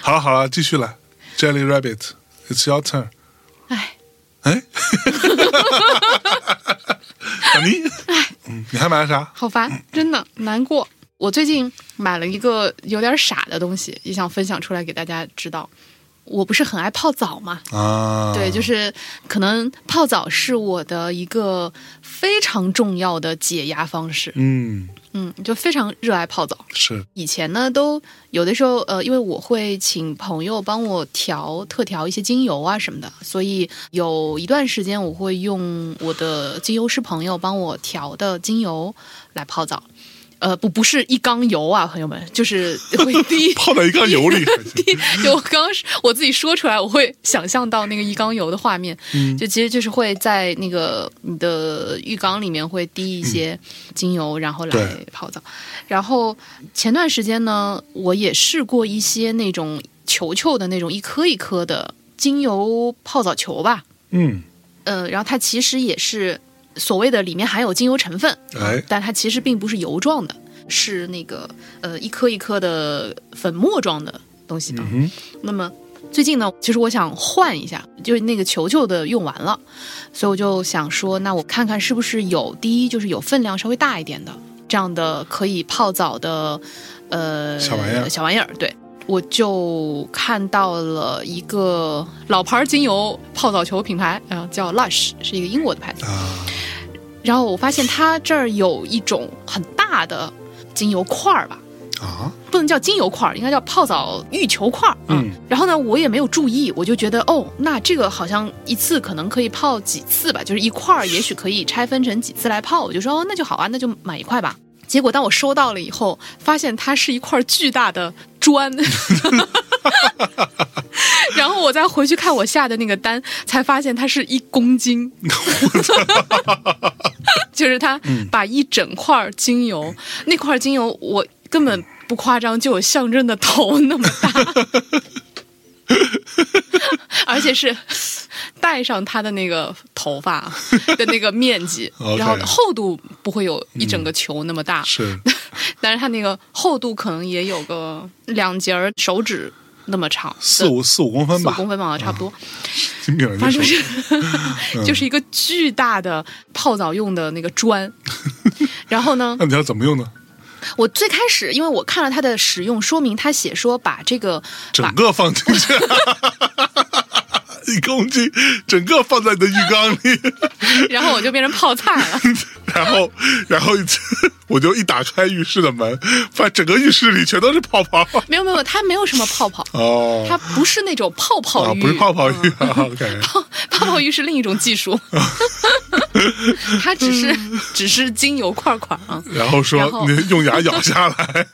Speaker 3: 好了好了，继续来，Jelly Rabbit，It's your turn。
Speaker 2: 哎，
Speaker 3: 哎，小尼，啊
Speaker 2: 哎
Speaker 3: 嗯，你还买了啥？
Speaker 2: 好烦，真的难过。我最近买了一个有点傻的东西，也想分享出来给大家知道。我不是很爱泡澡嘛，
Speaker 3: 啊，
Speaker 2: 对，就是可能泡澡是我的一个非常重要的解压方式。
Speaker 3: 嗯，
Speaker 2: 嗯，就非常热爱泡澡。
Speaker 3: 是，
Speaker 2: 以前呢，都有的时候，呃，因为我会请朋友帮我调特调一些精油啊什么的，所以有一段时间我会用我的精油师朋友帮我调的精油来泡澡。呃，不，不是一缸油啊，朋友们，就是会滴
Speaker 3: 泡 在一缸 油里，
Speaker 2: 滴有刚我自己说出来，我会想象到那个一缸油的画面，
Speaker 3: 嗯
Speaker 2: 就其实就是会在那个你的浴缸里面会滴一些精油，然后来
Speaker 3: 对
Speaker 2: 泡澡。然后前段时间呢，我也试过一些那种球球的那种一颗一颗的精油泡澡球吧，
Speaker 3: 嗯，
Speaker 2: 嗯，然后它其实也是所谓的里面含有精油成分，
Speaker 3: 哎，
Speaker 2: 但它其实并不是油状的，是那个呃一颗一颗的粉末状的东西啊。
Speaker 3: 嗯哼，
Speaker 2: 那么最近呢，其实我想换一下，就是那个球球的用完了，所以我就想说，那我看看是不是有第一就是有分量稍微大一点的这样的可以泡澡的呃
Speaker 3: 小玩意儿
Speaker 2: 小玩意儿，对。我就看到了一个老牌精油泡澡球品牌，啊、叫 Lush，是一个英国的牌子。
Speaker 3: 啊，
Speaker 2: 然后我发现它这儿有一种很大的精油块儿吧，
Speaker 3: 啊，
Speaker 2: 不能叫精油块儿，应该叫泡澡浴球块儿。
Speaker 3: 嗯，
Speaker 2: 然后呢，我也没有注意，我就觉得哦，那这个好像一次可能可以泡几次吧，就是一块儿，也许可以拆分成几次来泡。我就说哦，那就好啊，那就买一块吧。结果当我收到了以后，发现它是一块巨大的砖。 然后我再回去看我下的那个单，才发现它是一公斤，就是它
Speaker 3: 嗯
Speaker 2: 把一整块精油，那块精油我根本不夸张，就有象征的头那么大。 而且是带上它的那个头发的那个面积
Speaker 3: OK 嗯
Speaker 2: 然后厚度不会有一整个球那么大，
Speaker 3: 是，
Speaker 2: 但是它那个厚度可能也有个两节儿手指那么长，
Speaker 3: 四五四五公分
Speaker 2: 四五
Speaker 3: 吧，啊
Speaker 2: 公分吧，差不多。
Speaker 3: 金饼人
Speaker 2: 反
Speaker 3: 的
Speaker 2: 正
Speaker 3: 手
Speaker 2: 就，是 就是一个巨大的泡澡用的那个 砖。然后呢，
Speaker 3: 那你要怎么用呢？
Speaker 2: 我最开始因为我看了它的使用说明，它写说把这个把
Speaker 3: 整个放进去， 一公斤，整个放在你的浴缸里，
Speaker 2: 然后我就变成泡菜 了。
Speaker 3: 然后，然后一次 我就一打开浴室的门，发现整个浴室里全都是泡泡。
Speaker 2: 没有没有，它没有什么泡泡，
Speaker 3: 哦，
Speaker 2: 它不是那种泡泡
Speaker 3: 啊，
Speaker 2: 浴，嗯
Speaker 3: 不是泡泡浴啊 ，OK，
Speaker 2: 泡泡浴是另一种技 术，它只是
Speaker 3: 嗯
Speaker 2: 只是精油块块啊。
Speaker 3: 然后说
Speaker 2: 然后
Speaker 3: 你用牙咬下来，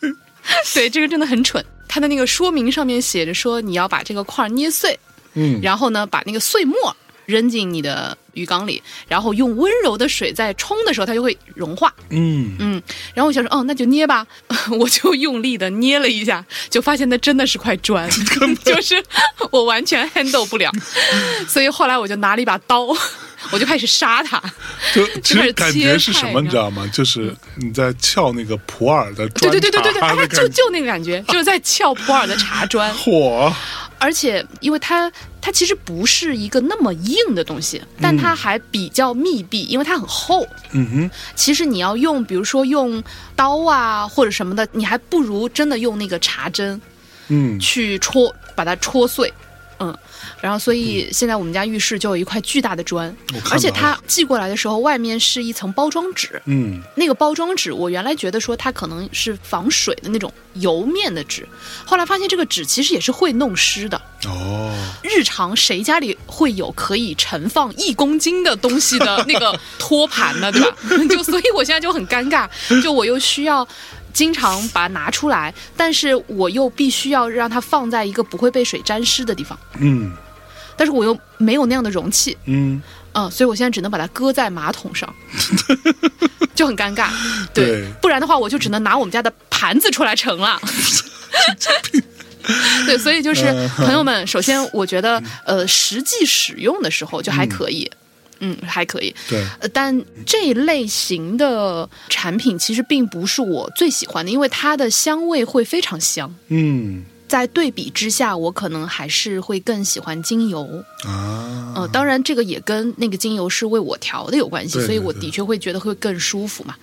Speaker 2: 对，这个真的很蠢。它的那个说明上面写着说，你要把这个块儿捏碎，
Speaker 3: 嗯，
Speaker 2: 然后呢，把那个碎末扔进你的浴缸里，然后用温柔的水在冲的时候，它就会融化。
Speaker 3: 嗯，
Speaker 2: 嗯，然后我想说，哦，那就捏吧， 我就用力的捏了一下，就发现那真的是块砖， 就是我完全 handle 不 了，所以后来我就拿了一把刀，我就开始杀它。
Speaker 3: 就其
Speaker 2: 开
Speaker 3: 实
Speaker 2: 始
Speaker 3: 感
Speaker 2: 切
Speaker 3: 觉是
Speaker 2: 菜
Speaker 3: 什么，
Speaker 2: 你
Speaker 3: 你知
Speaker 2: 知道
Speaker 3: 道吗？就是你在撬那个普洱的
Speaker 2: 对
Speaker 3: 砖
Speaker 2: 对对对对对，
Speaker 3: 茶
Speaker 2: 哎，
Speaker 3: 的
Speaker 2: 就
Speaker 3: 感觉，
Speaker 2: 就那个感觉，就是在撬普洱的茶砖，
Speaker 3: 嚯，
Speaker 2: 而且因为它它其实不是一个那么硬的东西，但它还比较密闭，因为它很厚。
Speaker 3: 嗯哼，
Speaker 2: 其实你要用，比如说用刀啊或者什么的，你还不如真的用那个茶针
Speaker 3: 嗯，
Speaker 2: 去戳，把它戳碎。嗯，然后所以现在我们家浴室就有一块巨大的砖
Speaker 3: 我，看
Speaker 2: 而且
Speaker 3: 到
Speaker 2: 它寄过来的时候，外面是一层包装纸，
Speaker 3: 嗯，
Speaker 2: 那个包装纸，我原来觉得说它可能是防水的那种油面的纸，后来发现这个纸其实也是会弄湿的。
Speaker 3: 哦，
Speaker 2: 日常谁家里会有可以盛放一公斤的东西的那个托盘呢？对吧？ 就所以我现在就很尴尬，就我又需要。经常把它拿出来，但是我又必须要让它放在一个不会被水沾湿的地方，
Speaker 3: 嗯
Speaker 2: 但是我又没有那样的容器，
Speaker 3: 嗯，
Speaker 2: 嗯，所以我现在只能把它搁在马桶 上，就很尴尬。对，
Speaker 3: 对
Speaker 2: 不然的话我就只能拿我们家的盘子出来盛了。对，所以就是
Speaker 3: 嗯
Speaker 2: 朋友们，首先我觉得，呃，实际使用的时候就还可以。嗯，还可以。
Speaker 3: 对，
Speaker 2: 呃，但这类型的产品其实并不是我最喜欢的，因为它的香味会非常香。
Speaker 3: 嗯
Speaker 2: 在对比之下，我可能还是会更喜欢精油。
Speaker 3: 啊，
Speaker 2: 呃，当然这个也跟那个精油是为我调的有关系，
Speaker 3: 对对
Speaker 2: 所以我的确会觉得会更舒服嘛。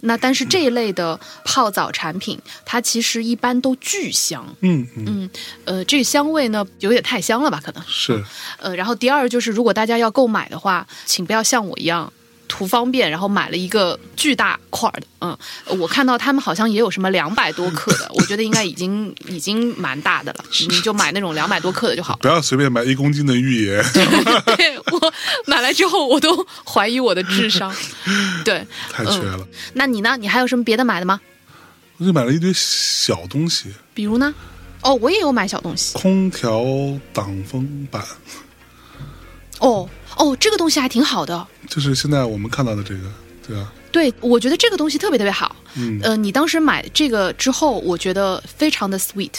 Speaker 2: 那但是这一类的泡澡产品，它其实一般都巨香，
Speaker 3: 嗯嗯，
Speaker 2: 呃，这个香味呢有点太香了吧，可能。
Speaker 3: 是
Speaker 2: 呃，然后第二就是，如果大家要购买的话，请不要像我一样图方便，然后买了一个巨大块儿的。嗯，我看到他们好像也有什么两百多克的，我觉得应该已经已经蛮大的了，你就买那种两百多克的就好了。
Speaker 3: 不要随便买一公斤的浴盐，
Speaker 2: 嗯 对我买来之后，我都怀疑我的智商。对，
Speaker 3: 太缺了。
Speaker 2: 那你呢？你还有什么别的买的吗？
Speaker 3: 我就买了一堆小东西，
Speaker 2: 比如呢？哦，我也有买小东西。
Speaker 3: 空调挡风板，
Speaker 2: 哦哦，这个东西还挺好的。
Speaker 3: 就是现在我们看到的这个，对吧？
Speaker 2: 对，我觉得这个东西特别特别好。
Speaker 3: 嗯，
Speaker 2: 呃，你当时买这个之后，我觉得非常的 sweet，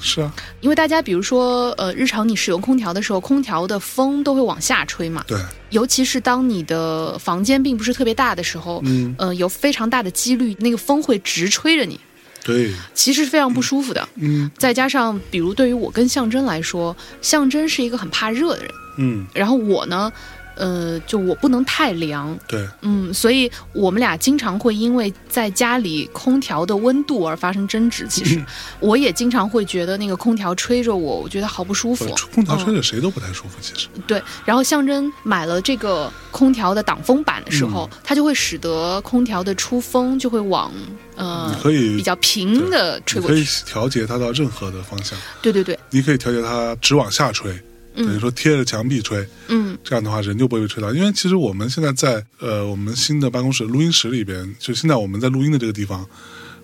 Speaker 3: 是啊，
Speaker 2: 因为大家比如说，呃，日常你使用空调的时候，空调的风都会往下吹嘛，
Speaker 3: 对，
Speaker 2: 尤其是当你的房间并不是特别大的时候，
Speaker 3: 嗯，
Speaker 2: 呃，有非常大的几率那个风会直吹着你，
Speaker 3: 对，
Speaker 2: 其实是非常不舒服的。
Speaker 3: 嗯
Speaker 2: 再加上，比如对于我跟象征来说，象征是一个很怕热的人，
Speaker 3: 嗯，
Speaker 2: 然后我呢，呃，就我不能太凉，
Speaker 3: 对，
Speaker 2: 嗯，所以我们俩经常会因为在家里空调的温度而发生争执。其
Speaker 3: 嗯
Speaker 2: 实，我也经常会觉得那个空调吹着我，我觉得好不舒服
Speaker 3: 呃。空调
Speaker 2: 嗯
Speaker 3: 吹着谁都不太舒服，其实，
Speaker 2: 对，然后象征买了这个空调的挡风板的时
Speaker 3: 嗯
Speaker 2: 候，它就会使得空调的出风就会往呃
Speaker 3: 你可以
Speaker 2: 比较平的吹
Speaker 3: 你
Speaker 2: 过
Speaker 3: 可以
Speaker 2: 去。
Speaker 3: 调节它到任何的方向，
Speaker 2: 对对对，
Speaker 3: 你可以调节它只往下吹，
Speaker 2: 嗯
Speaker 3: 等于说贴着墙壁吹，
Speaker 2: 嗯
Speaker 3: 这样的话人就不会被吹到。因为其实我们现在在呃我们新的办公室录音室里边，就现在我们在录音的这个地方，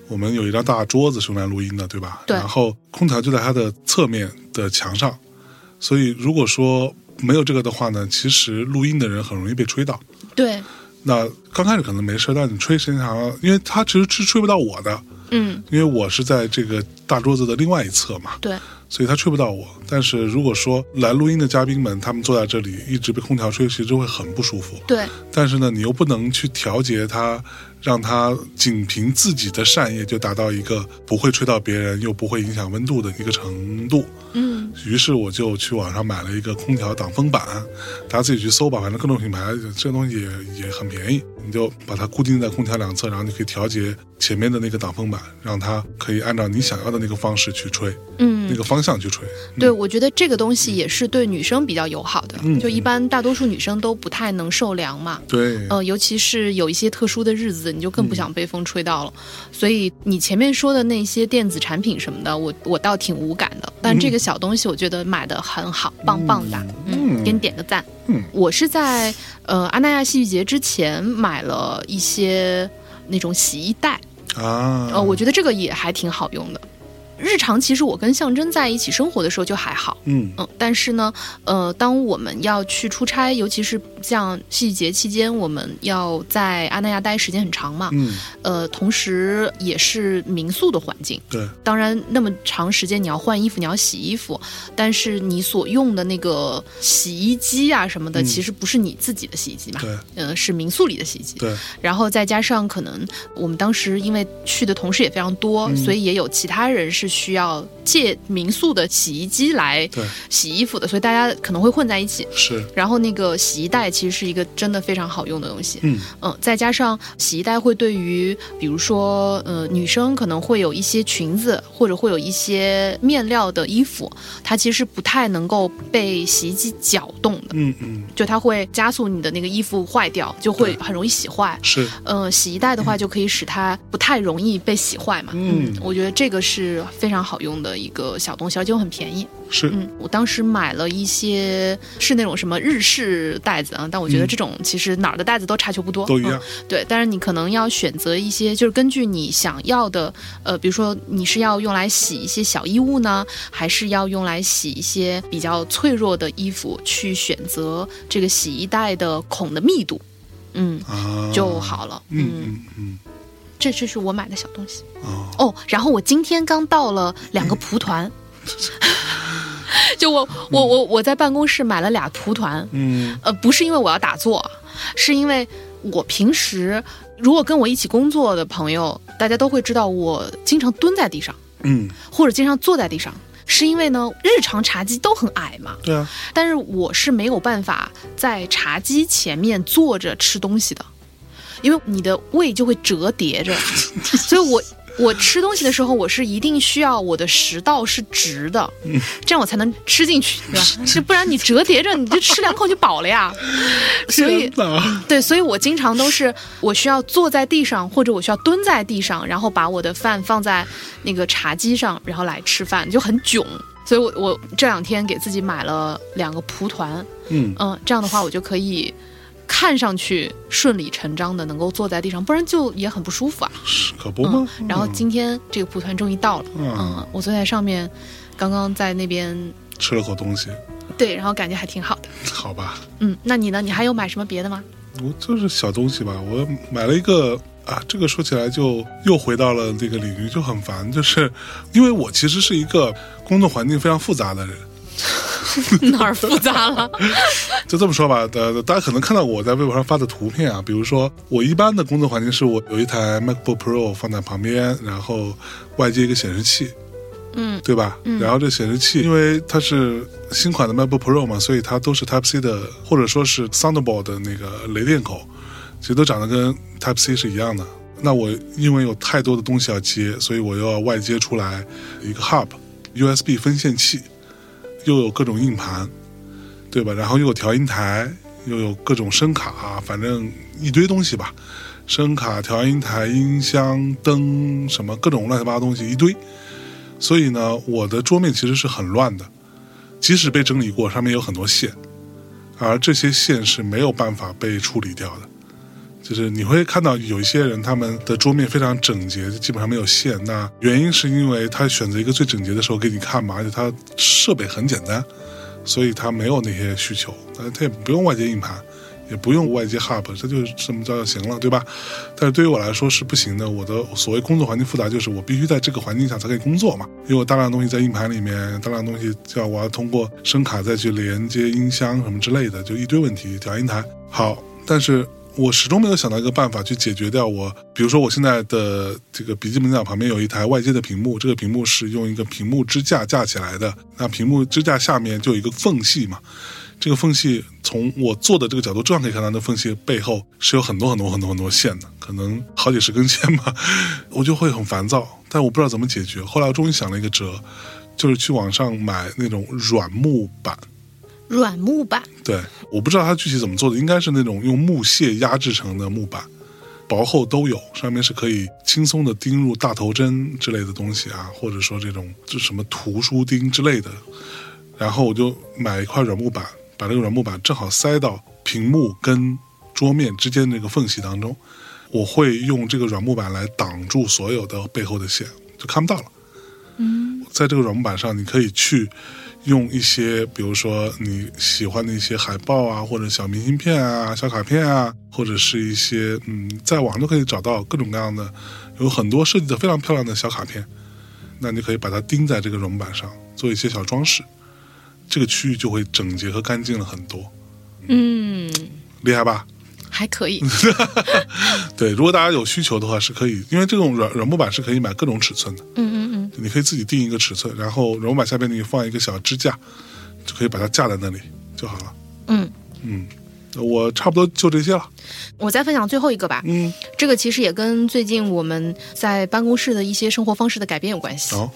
Speaker 3: 我们有一张大桌子是用来录音的，对吧？
Speaker 2: 对
Speaker 3: 然后空调就在它的侧面的墙上，所以如果说没有这个的话呢，其实录音的人很容易被吹到。
Speaker 2: 对，
Speaker 3: 那刚开始可能没事，但你吹时间长了，因为它其实是吹不到我的，
Speaker 2: 嗯
Speaker 3: 因为我是在这个大桌子的另外一侧嘛。
Speaker 2: 对，
Speaker 3: 所以他吹不到我。但是如果说来录音的嘉宾们，他们坐在这里一直被空调吹，其实会很不舒服。
Speaker 2: 对
Speaker 3: 但是呢，你又不能去调节它，让它仅凭自己的扇叶就达到一个不会吹到别人又不会影响温度的一个程度。
Speaker 2: 嗯
Speaker 3: 于是我就去网上买了一个空调挡风板，大家自己去搜吧，反正各种品牌这东西也也很便宜，你就把它固定在空调两侧，然后你可以调节前面的那个挡风板，让它可以按照你想要的那个方式去吹，
Speaker 2: 嗯
Speaker 3: 那。个方向去吹。
Speaker 2: 对，我觉得这个东西也是对女生比较友好的，就一般大多数女生都不太能受凉嘛。
Speaker 3: 对，
Speaker 2: 呃，尤其是有一些特殊的日子，你就更不想被风吹到了。所以你前面说的那些电子产品什么的，我我倒挺无感的。但这个小东西，我觉得买的很好，棒棒的，嗯，给你点个赞。
Speaker 3: 嗯，
Speaker 2: 我是在呃阿那亚戏剧节之前买了一些那种洗衣袋，
Speaker 3: 啊，
Speaker 2: 呃，我觉得这个也还挺好用的。日常其实我跟象征在一起生活的时候就还好，
Speaker 3: 嗯
Speaker 2: 嗯，但是呢，呃，当我们要去出差，尤其是像戏剧节期间，我们要在阿那亚待时间很长嘛，
Speaker 3: 嗯，
Speaker 2: 呃，同时也是民宿的环境。
Speaker 3: 对，
Speaker 2: 当然，那么长时间你要换衣服，你要洗衣服，但是你所用的那个洗衣机啊什么的，
Speaker 3: 嗯
Speaker 2: 其实不是你自己的洗衣机嘛，
Speaker 3: 对
Speaker 2: 呃，是民宿里的洗衣机。
Speaker 3: 对，
Speaker 2: 然后再加上可能我们当时因为去的同事也非常多，
Speaker 3: 嗯
Speaker 2: 所以也有其他人是需要借民宿的洗衣机来
Speaker 3: 对
Speaker 2: 洗衣服的，所以大家可能会混在一起。
Speaker 3: 是，
Speaker 2: 然后那个洗衣袋其实是一个真的非常好用的东西，
Speaker 3: 嗯
Speaker 2: 嗯，再加上洗衣袋会对于比如说呃女生可能会有一些裙子或者会有一些面料的衣服，它其实不太能够被洗衣机搅动的，
Speaker 3: 嗯嗯，
Speaker 2: 就它会加速你的那个衣服坏掉，就会很容易洗坏。
Speaker 3: 是，
Speaker 2: 呃，洗衣袋的话就可以使它不太容易被洗坏嘛。
Speaker 3: 嗯
Speaker 2: 我觉得这个是非常好用的一个小东西，而且又很便宜。
Speaker 3: 是，
Speaker 2: 嗯，我当时买了一些是那种什么日式袋子啊，但我觉得
Speaker 3: 嗯
Speaker 2: 这种其实哪儿的袋子都差球不多，
Speaker 3: 都一样
Speaker 2: 嗯。对，但是你可能要选择一些，就是根据你想要的，呃，比如说你是要用来洗一些小衣物呢，还是要用来洗一些比较脆弱的衣服，去选择这个洗衣袋的孔的密度。嗯，
Speaker 3: 啊，
Speaker 2: 就，好了。嗯，
Speaker 3: 嗯嗯
Speaker 2: 这就是我买的小东西
Speaker 3: 嗯，哦，
Speaker 2: 哦。然后我今天刚到了两个蒲团， 就我我我我在办公室买了俩蒲团，
Speaker 3: 嗯
Speaker 2: 呃，不是因为我要打坐，是因为我平时如果跟我一起工作的朋友，大家都会知道我经常蹲在地上，
Speaker 3: 嗯，
Speaker 2: 或者经常坐在地上，是因为呢日常茶几都很矮嘛，
Speaker 3: 对啊，
Speaker 2: 但是我是没有办法在茶几前面坐着吃东西的，因为你的胃就会折叠着，所以我。我吃东西的时候，我是一定需要我的食道是直的，这样我才能吃进去，对吧？是不然你折叠着，你就吃两口就饱了呀。所以
Speaker 3: 天哪，
Speaker 2: 对，所以我经常都是我需要坐在地上，或者我需要蹲在地上，然后把我的饭放在那个茶几上，然后来吃饭，就很囧。所以我，我这两天给自己买了两个蒲团，
Speaker 3: 嗯，
Speaker 2: 嗯，这样的话我就可以看上去顺理成章的能够坐在地上，不然就也很不舒服啊。
Speaker 3: 是可不
Speaker 2: 嗯
Speaker 3: 吗？，
Speaker 2: 然后今天这个蒲团终于到了，
Speaker 3: 哦嗯
Speaker 2: 嗯，我坐在上面，刚刚在那边
Speaker 3: 吃了口东西，
Speaker 2: 对，然后感觉还挺好的。
Speaker 3: 好吧，
Speaker 2: 嗯，那你呢？你还有买什么别的 吗？
Speaker 3: 我就是小东西吧，我买了一个啊，这个说起来就又回到了这个领域，就很烦，就是因为我其实是一个工作环境非常复杂的人。
Speaker 2: 哪儿复杂了？
Speaker 3: 就这么说吧，呃，大家可能看到我在微博上发的图片啊，比如说我一般的工作环境是我有一台 MacBook Pro 放在旁边，然后外接一个显示器，
Speaker 2: 嗯，
Speaker 3: 对吧？然后这显示器，因为它是新款的 MacBook Pro 嘛，所以它都是 Type C 的，或者说是 Thunderbolt 的那个雷电口，其实都长得跟 Type C 是一样的。那我因为有太多的东西要接，所以我又要外接出来一个 Hub、USB 分线器，又有各种硬盘，对吧？然后又有调音台，又有各种声卡，反正一堆东西吧。声卡、调音台、音箱、灯，什么各种乱七八糟东西一堆。所以呢，我的桌面其实是很乱的，即使被整理过，上面有很多线，而这些线是没有办法被处理掉的。就是你会看到有一些人，他们的桌面非常整洁，基本上没有线。那原因是因为他选择一个最整洁的时候给你看嘛，而且他设备很简单，所以他没有那些需求，呃，他也不用外接硬盘，也不用外接 hub，他就是这么着就行了，对吧？但是对于我来说是不行的。我的所谓工作环境复杂，就是我必须在这个环境下才可以工作嘛，因为我大量的东西在硬盘里面，大量的东西叫我要通过声卡再去连接音箱什么之类的，就一堆问题，调音台。好，但是我始终没有想到一个办法去解决掉我，比如说我现在的这个笔记本电脑旁边有一台外接的屏幕，这个屏幕是用一个屏幕支架架起来的，那屏幕支架下面就有一个缝隙嘛。这个缝隙从我坐的这个角度，正好可以看到那缝隙背后是有很多很多很多很多线的，可能好几十根线吧，我就会很烦躁，但我不知道怎么解决。后来我终于想了一个辙，就是去网上买那种软木板。
Speaker 2: 软木板。
Speaker 3: 对，我不知道它具体怎么做的，应该是那种用木屑压制成的木板，薄厚都有，上面是可以轻松的钉入大头针之类的东西啊，或者说这种就什么图书钉之类的。然后我就买一块软木板，把这个软木板正好塞到屏幕跟桌面之间这个缝隙当中，我会用这个软木板来挡住所有的背后的线，就看不到了。嗯，在这个软木板上，你可以去用一些，比如说你喜欢的一些海报啊，或者小明信片啊、小卡片啊，或者是一些嗯，在网上都可以找到各种各样的，有很多设计的非常漂亮的小卡片，那你可以把它钉在这个软板上，做一些小装饰，这个区域就会整洁和干净了很多，
Speaker 2: 嗯，
Speaker 3: 厉害吧？
Speaker 2: 还可以。
Speaker 3: 对，如果大家有需求的话，是可以，因为这种软软木板是可以买各种尺寸的，
Speaker 2: 嗯嗯
Speaker 3: 你可以自己定一个尺寸，然后软木板下边你放一个小支架，就可以把它架在那里就好了。
Speaker 2: 嗯嗯。
Speaker 3: 嗯，我差不多就这些了。
Speaker 2: 我再分享最后一个吧，
Speaker 3: 嗯，
Speaker 2: 这个其实也跟最近我们在办公室的一些生活方式的改变有关系。
Speaker 3: 好、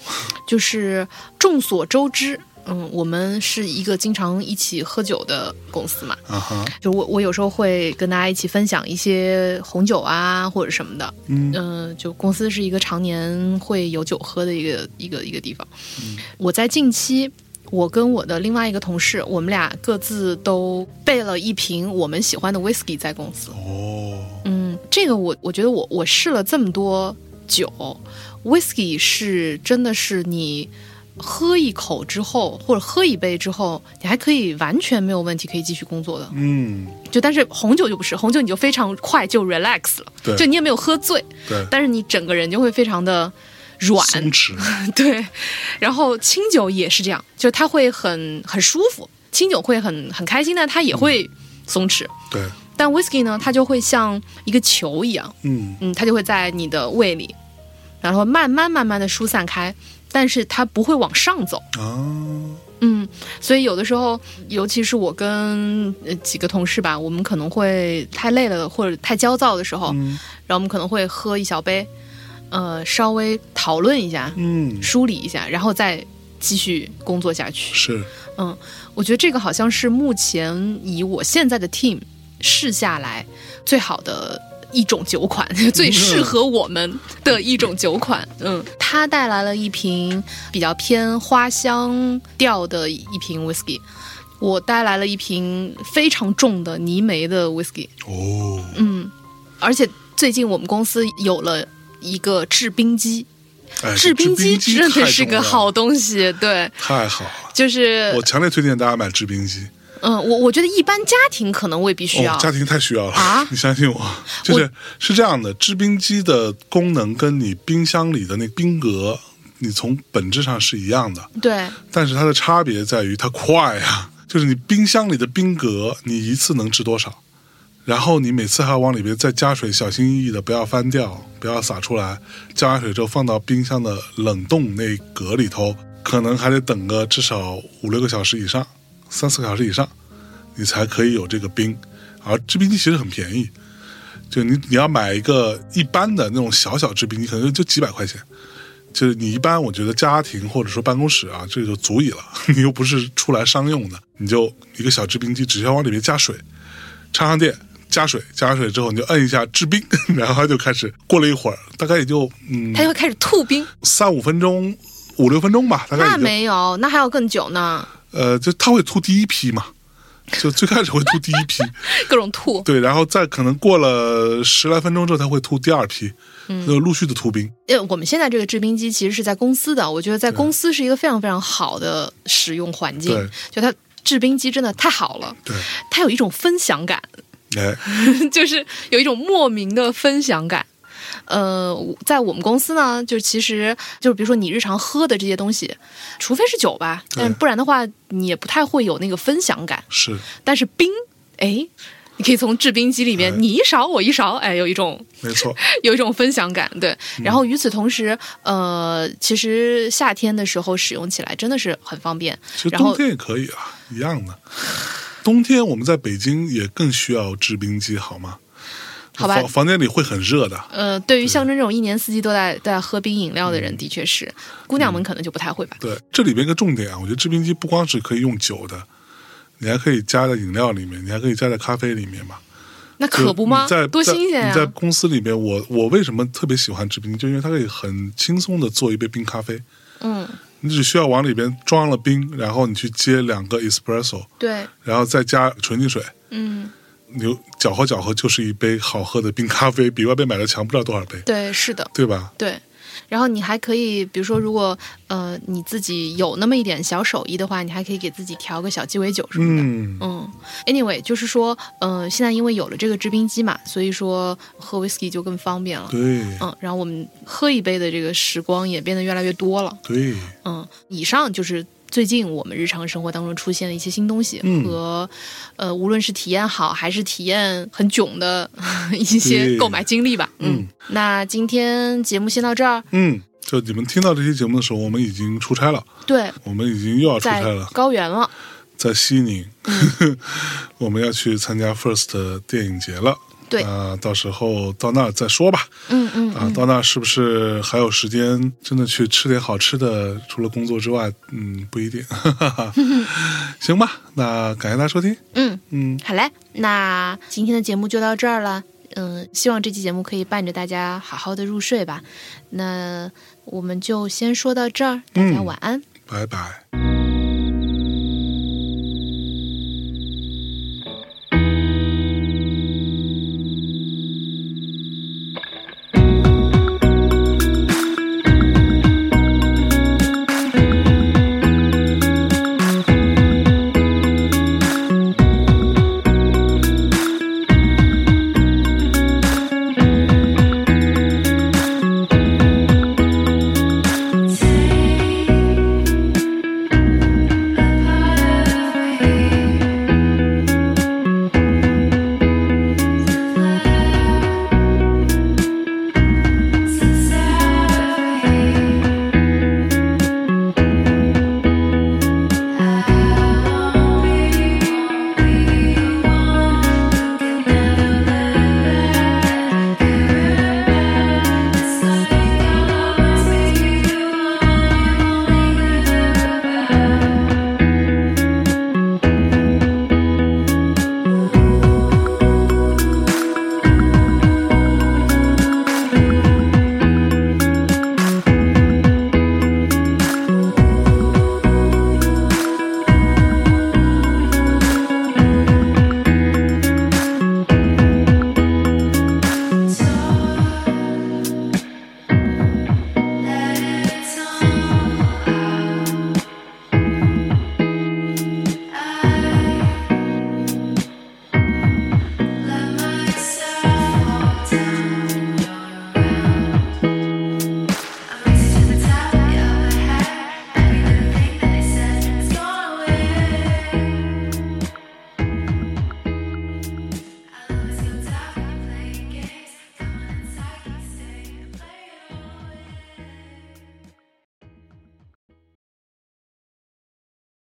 Speaker 2: 就是众所周知，嗯，我们是一个经常一起喝酒的公司嘛，
Speaker 3: 啊哈，
Speaker 2: 就我我有时候会跟大家一起分享一些红酒啊或者什么的，
Speaker 3: 嗯
Speaker 2: 嗯、就公司是一个常年会有酒喝的一个一个一个地方。
Speaker 3: 嗯
Speaker 2: 我在近期，我跟我的另外一个同事，我们俩各自都备了一瓶我们喜欢的 whisky 在公司。
Speaker 3: 哦，
Speaker 2: 嗯，这个我我觉得我我试了这么多酒，whisky 是真的是你。喝一口之后，或者喝一杯之后，你还可以完全没有问题，可以继续工作的。
Speaker 3: 嗯，
Speaker 2: 就但是红酒就不是，红酒你就非常快就 relax 了，
Speaker 3: 对
Speaker 2: 就你也没有喝醉，
Speaker 3: 对，
Speaker 2: 但是你整个人就会非常的软，
Speaker 3: 松弛，
Speaker 2: 对，然后清酒也是这样，就是它会很很舒服，清酒会很很开心，但它也会松弛。
Speaker 3: 对，
Speaker 2: 但 whisky 呢，它就会像一个球一样，
Speaker 3: 嗯，
Speaker 2: 嗯，它就会在你的胃里，然后慢慢慢慢的疏散开，但是它不会往上走。
Speaker 3: 啊，
Speaker 2: 嗯，所以有的时候，尤其是我跟呃几个同事吧，我们可能会太累了或者太焦躁的时候，
Speaker 3: 嗯
Speaker 2: 然后我们可能会喝一小杯，呃，稍微讨论一下，
Speaker 3: 嗯，
Speaker 2: 梳理一下，然后再继续工作下去。
Speaker 3: 是，
Speaker 2: 嗯，我觉得这个好像是目前以我现在的 team 试下来最好的一种酒款， 最适合我们的一种酒款。嗯，它带来了一瓶比较偏花香调的一瓶 whisky。我带来了一瓶非常重的泥煤的 whisky，
Speaker 3: 哦，
Speaker 2: 嗯，而且最近我们公司有了一个制冰机，
Speaker 3: 哎，
Speaker 2: 制
Speaker 3: 冰
Speaker 2: 冰机
Speaker 3: 机
Speaker 2: 真的
Speaker 3: 太
Speaker 2: 是
Speaker 3: 重
Speaker 2: 个
Speaker 3: 要
Speaker 2: 好，呃东西，对，
Speaker 3: 太好了，
Speaker 2: 就是
Speaker 3: 我强烈推荐大家买制冰机，
Speaker 2: 嗯，我我觉得一般家庭可能未必需要。
Speaker 3: 哦、家庭太需要了
Speaker 2: 啊
Speaker 3: 你相信我，就是是这样的，制冰机的功能跟你冰箱里的那冰格，你从本质上是一样的，
Speaker 2: 对，
Speaker 3: 但是它的差别在于它快啊， 就是你冰箱里的冰格，你一次能制多少，然后你每次还要往里边再加水，小心翼翼的不要翻掉，不要洒出来，加完水之后放到冰箱的冷冻那格里头，可能还得等个至少五六个小时以上，三四个小时以上，你才可以有这个冰，而制冰机其实很便宜。就你你要买一个一般的那种小小制冰机，可能就几百块钱，就是你一般，我觉得家庭或者说办公室啊，这就足以了。 你又不是出来商用的，你就一个小制冰机，只需要往里面加水，插上电，加水，加完水之后你就摁一下制冰， 然后它就开始。过了一会儿，大概也就嗯
Speaker 2: 他就会开始吐冰。
Speaker 3: 三五分钟、五六分钟吧，大概
Speaker 2: 那
Speaker 3: 也就
Speaker 2: 没有，那还要更久呢，
Speaker 3: 呃，就它会吐第一批嘛，就最开始会吐第一批，
Speaker 2: 各种吐。
Speaker 3: 对，然后再可能过了十来分钟之后，它会吐第二批，
Speaker 2: 嗯
Speaker 3: 就陆续的吐冰。
Speaker 2: 呃，我们现在这个制冰机其实是在公司的，我觉得在公司是一个非常非常好的使用环境
Speaker 3: 对。
Speaker 2: 就它制冰机真的太好了，
Speaker 3: 对，
Speaker 2: 它有一种分享感，
Speaker 3: 哎，
Speaker 2: 就是有一种莫名的分享感。呃，在我们公司呢，就其实就是比如说你日常喝的这些东西，除非是酒吧，但
Speaker 3: 对
Speaker 2: 不然的话，你也不太会有那个分享感。
Speaker 3: 是
Speaker 2: 但是冰，哎，你可以从制冰机里
Speaker 3: 哎
Speaker 2: 面你一勺我一勺，哎，有一种
Speaker 3: 没错，
Speaker 2: 有一种分享感，对。然后与此同时，呃，其实夏天的时候使用起来真的是很方便
Speaker 3: 其实。
Speaker 2: 然
Speaker 3: 冬
Speaker 2: 后
Speaker 3: 天也可以啊，一样的。冬天我们在北京也更需要制冰机，好吗？
Speaker 2: 好吧
Speaker 3: 房房间里会很热的。
Speaker 2: 呃，对于象征这种一年四季都在都在喝冰饮料的人，的确是姑娘们可能就不太会吧。
Speaker 3: 对，这里边一个重点啊，我觉得制冰机不光是可以用酒的，你还可以加在饮料里面，你还可以加在咖啡里面嘛。
Speaker 2: 那可不吗
Speaker 3: 你在？
Speaker 2: 多新鲜呀、啊
Speaker 3: 在你在公司里面，我我为什么特别喜欢制冰机，就因为它可以很轻松的做一杯冰咖啡。
Speaker 2: 嗯，
Speaker 3: 你只需要往里边装了冰，然后你去接两个 espresso，
Speaker 2: 对，
Speaker 3: 然后再加纯净水，
Speaker 2: 嗯，
Speaker 3: 你搅和搅和就是一杯好喝的冰咖啡，比外边买的强不知道多少倍，
Speaker 2: 对，是的。
Speaker 3: 对吧？
Speaker 2: 对，然后你还可以，比如说，如果呃你自己有那么一点小手艺的话，你还可以给自己调个小鸡尾酒什么的。
Speaker 3: 嗯，
Speaker 2: 嗯 a n y w a y 就是说，呃，现在因为有了这个制冰机嘛，所以说喝 whisky 就更方便了。
Speaker 3: 对
Speaker 2: 嗯，然后我们喝一杯的这个时光也变得越来越多了。
Speaker 3: 对，
Speaker 2: 嗯，以上就是最近我们日常生活当中出现的一些新东西、
Speaker 3: 嗯
Speaker 2: 和，呃，无论是体验好还是体验很囧的 一些
Speaker 3: 对
Speaker 2: 购买经历吧。
Speaker 3: 嗯
Speaker 2: 那今天节目先到这儿。
Speaker 3: 嗯，就你们听到这期节目的时候，我们已经出差了，
Speaker 2: 对，
Speaker 3: 我们已经又要出差
Speaker 2: 在
Speaker 3: 了，
Speaker 2: 高原了。
Speaker 3: 在西宁，
Speaker 2: 嗯
Speaker 3: 我们要去参加 First 电影节了。
Speaker 2: 对
Speaker 3: 啊、到时候到那儿再说吧。
Speaker 2: 嗯嗯，
Speaker 3: 啊，到那儿是不是还有时间？真的去吃点好吃的，除了工作之外，嗯，不一定。 行吧，那感谢大家收听。
Speaker 2: 嗯，
Speaker 3: 嗯，
Speaker 2: 好嘞，那今天的节目就到这儿了。嗯，希望这期节目可以伴着大家好好的入睡吧。那我们就先说到这儿，大家
Speaker 3: 嗯
Speaker 2: 晚安。
Speaker 3: 拜拜。